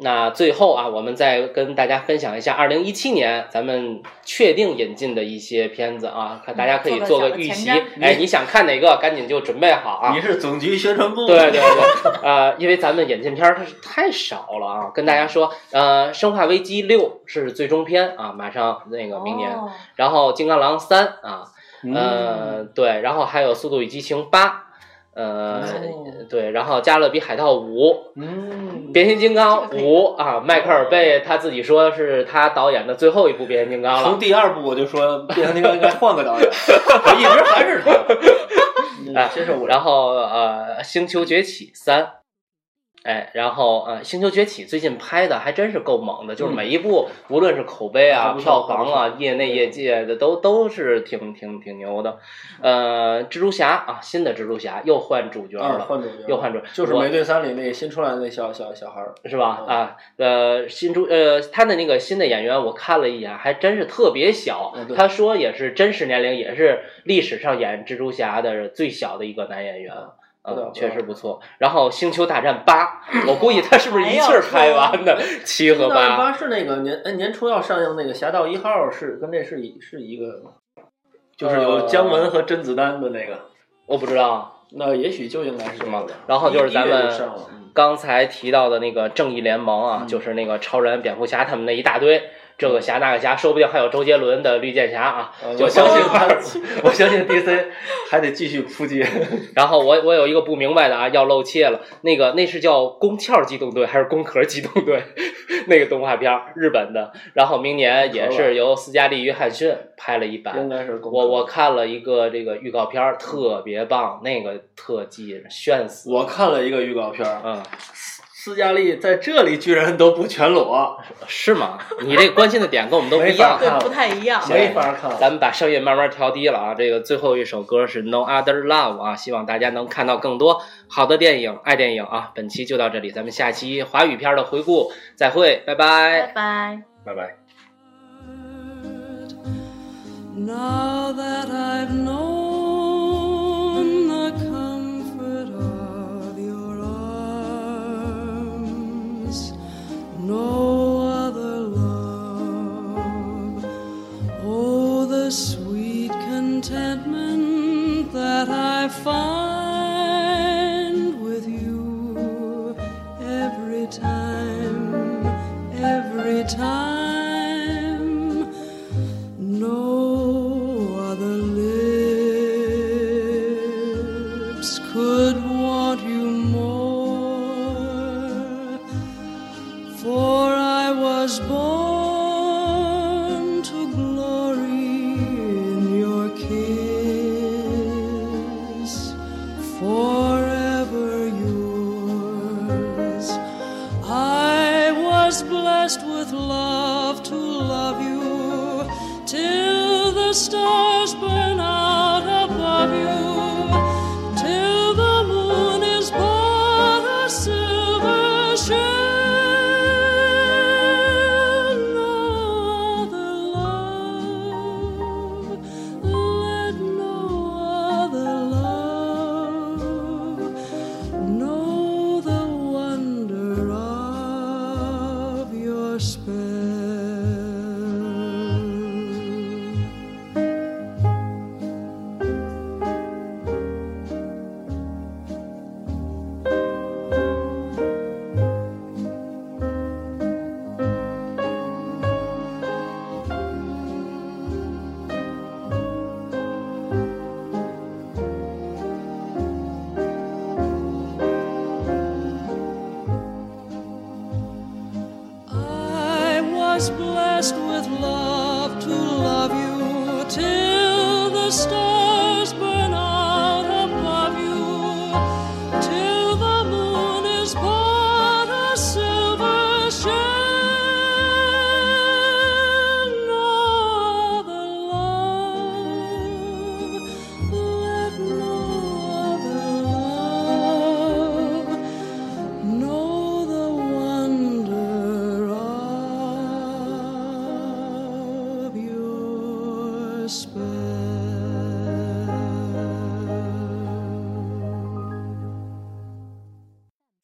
[SPEAKER 1] 那最后啊，我们再跟大家分享一下二零一七年咱们确定引进的一些片子啊，看大家可以
[SPEAKER 2] 嗯
[SPEAKER 1] 做
[SPEAKER 2] 做
[SPEAKER 1] 个
[SPEAKER 2] 个小的
[SPEAKER 1] 预
[SPEAKER 2] 前
[SPEAKER 1] 习
[SPEAKER 2] 瞻。嗯
[SPEAKER 1] 哎，你想看哪个，赶紧就准备好啊
[SPEAKER 3] 你。是总局宣传部，
[SPEAKER 1] 对 对，对，呃，因为咱们引进片儿它是太少了啊，跟大家说，呃，《生化危机六》是最终篇啊，马上那个明年，
[SPEAKER 2] 哦
[SPEAKER 1] 然后《金刚狼三》啊，
[SPEAKER 3] 嗯
[SPEAKER 1] 呃，对，然后还有《速度与激情八》，呃，
[SPEAKER 3] 哦
[SPEAKER 1] 对，然后《加勒比海盗五》，
[SPEAKER 3] 嗯，
[SPEAKER 1] 变形金刚
[SPEAKER 2] 这个可以
[SPEAKER 1] 五啊，迈克尔贝他自己说是他导演的最后一部变形金刚
[SPEAKER 3] 从
[SPEAKER 1] 了。
[SPEAKER 3] 第二部我就 说变形金刚应该换个导演，我一直还是他。
[SPEAKER 1] 哎
[SPEAKER 3] 嗯接受我，
[SPEAKER 1] 然后呃，《星球崛起三》，哎，然后呃，《星球崛起》最近拍的还真是够猛的，就是
[SPEAKER 3] 嗯
[SPEAKER 1] 每一部无论是口碑啊、
[SPEAKER 3] 还不
[SPEAKER 1] 票
[SPEAKER 3] 错
[SPEAKER 1] 房
[SPEAKER 3] 还
[SPEAKER 1] 啊、业内业界的都都是挺挺挺牛的。呃，蜘蛛侠啊，新的蜘蛛侠又换主角
[SPEAKER 3] 嗯
[SPEAKER 1] 了，
[SPEAKER 3] 换主角，
[SPEAKER 1] 又换主角，
[SPEAKER 3] 就是
[SPEAKER 1] 我
[SPEAKER 3] 《美队三》里那新出来的那小小小孩儿，
[SPEAKER 1] 是吧？
[SPEAKER 3] 嗯
[SPEAKER 1] 啊，呃，新出呃，他的那个新的演员，我看了一眼，还真是特别小
[SPEAKER 3] 嗯。对
[SPEAKER 1] 他说也是真实年龄，也是历史上演蜘蛛侠的最小的一个男演员。
[SPEAKER 3] 不得
[SPEAKER 1] 嗯
[SPEAKER 3] 了，
[SPEAKER 1] 确实不错。然后《星球大战八》，我估计他是不是一气儿
[SPEAKER 2] 还
[SPEAKER 1] 拍
[SPEAKER 2] 要说
[SPEAKER 3] 哎
[SPEAKER 1] 完的？七和
[SPEAKER 3] 那
[SPEAKER 1] 八，
[SPEAKER 3] 八是那个年哎年初要上映那个《侠盗一号》是跟这是一是一个吗，就是有姜文和甄子丹的那个，
[SPEAKER 1] 我不知道。啊
[SPEAKER 3] 那也许就应该是
[SPEAKER 1] 是
[SPEAKER 3] 这
[SPEAKER 1] 吗
[SPEAKER 3] 个。
[SPEAKER 1] 然后就是咱们
[SPEAKER 3] 一月上了嗯
[SPEAKER 1] 刚才提到的那个《正义联盟》啊，
[SPEAKER 3] 嗯
[SPEAKER 1] 就是那个超人、蝙蝠侠他们那一大堆，这个侠那个侠，说不定还有周杰伦的绿箭侠啊。
[SPEAKER 3] 呃
[SPEAKER 1] 就
[SPEAKER 3] 我相信
[SPEAKER 1] 到
[SPEAKER 3] 他， 我相信 DC 还得继续扑街。
[SPEAKER 1] 然后我我有一个不明白的啊，要露怯了。那个那是叫《宫壳机动队》还是《宫壳机动队》 那个动画片儿，日本的。然后明年也是由斯嘉丽·约翰逊拍了一
[SPEAKER 3] 应
[SPEAKER 1] 版。
[SPEAKER 3] 该 是公
[SPEAKER 1] 我我看了一个这个预告片儿，特别棒，那个特技炫死。
[SPEAKER 3] 我看了一个预告片儿，
[SPEAKER 1] 嗯，
[SPEAKER 3] 斯嘉丽在这里居然都不全 裸，
[SPEAKER 1] 是吗？你这关心的点跟我们都不一
[SPEAKER 3] 没法
[SPEAKER 1] 样。
[SPEAKER 2] 对，不太一样。
[SPEAKER 1] 行
[SPEAKER 3] 没法看。
[SPEAKER 1] 咱们把声音慢慢调低了啊！这个最后一首歌是《No Other Love》啊，希望大家能看到更多好的电影、爱电影啊！本期就到这里，咱们下期华语片的回顾再会，拜拜
[SPEAKER 2] 拜拜。
[SPEAKER 3] 拜拜。
[SPEAKER 4] Now that I've known the comfort of your arms, no other love. Oh, the sweet contentment that I find with you every time, every time no other lips could want you more. For I was born to glory in your kiss, forever yours. I was blessed with love to love you till the stars burn out above you, till the moon is but a silver shell. No other love was blessed with love to love you till the stars burn out above you, till the moon is but a silver shell. No other love, let no other love know the wonder of your spell.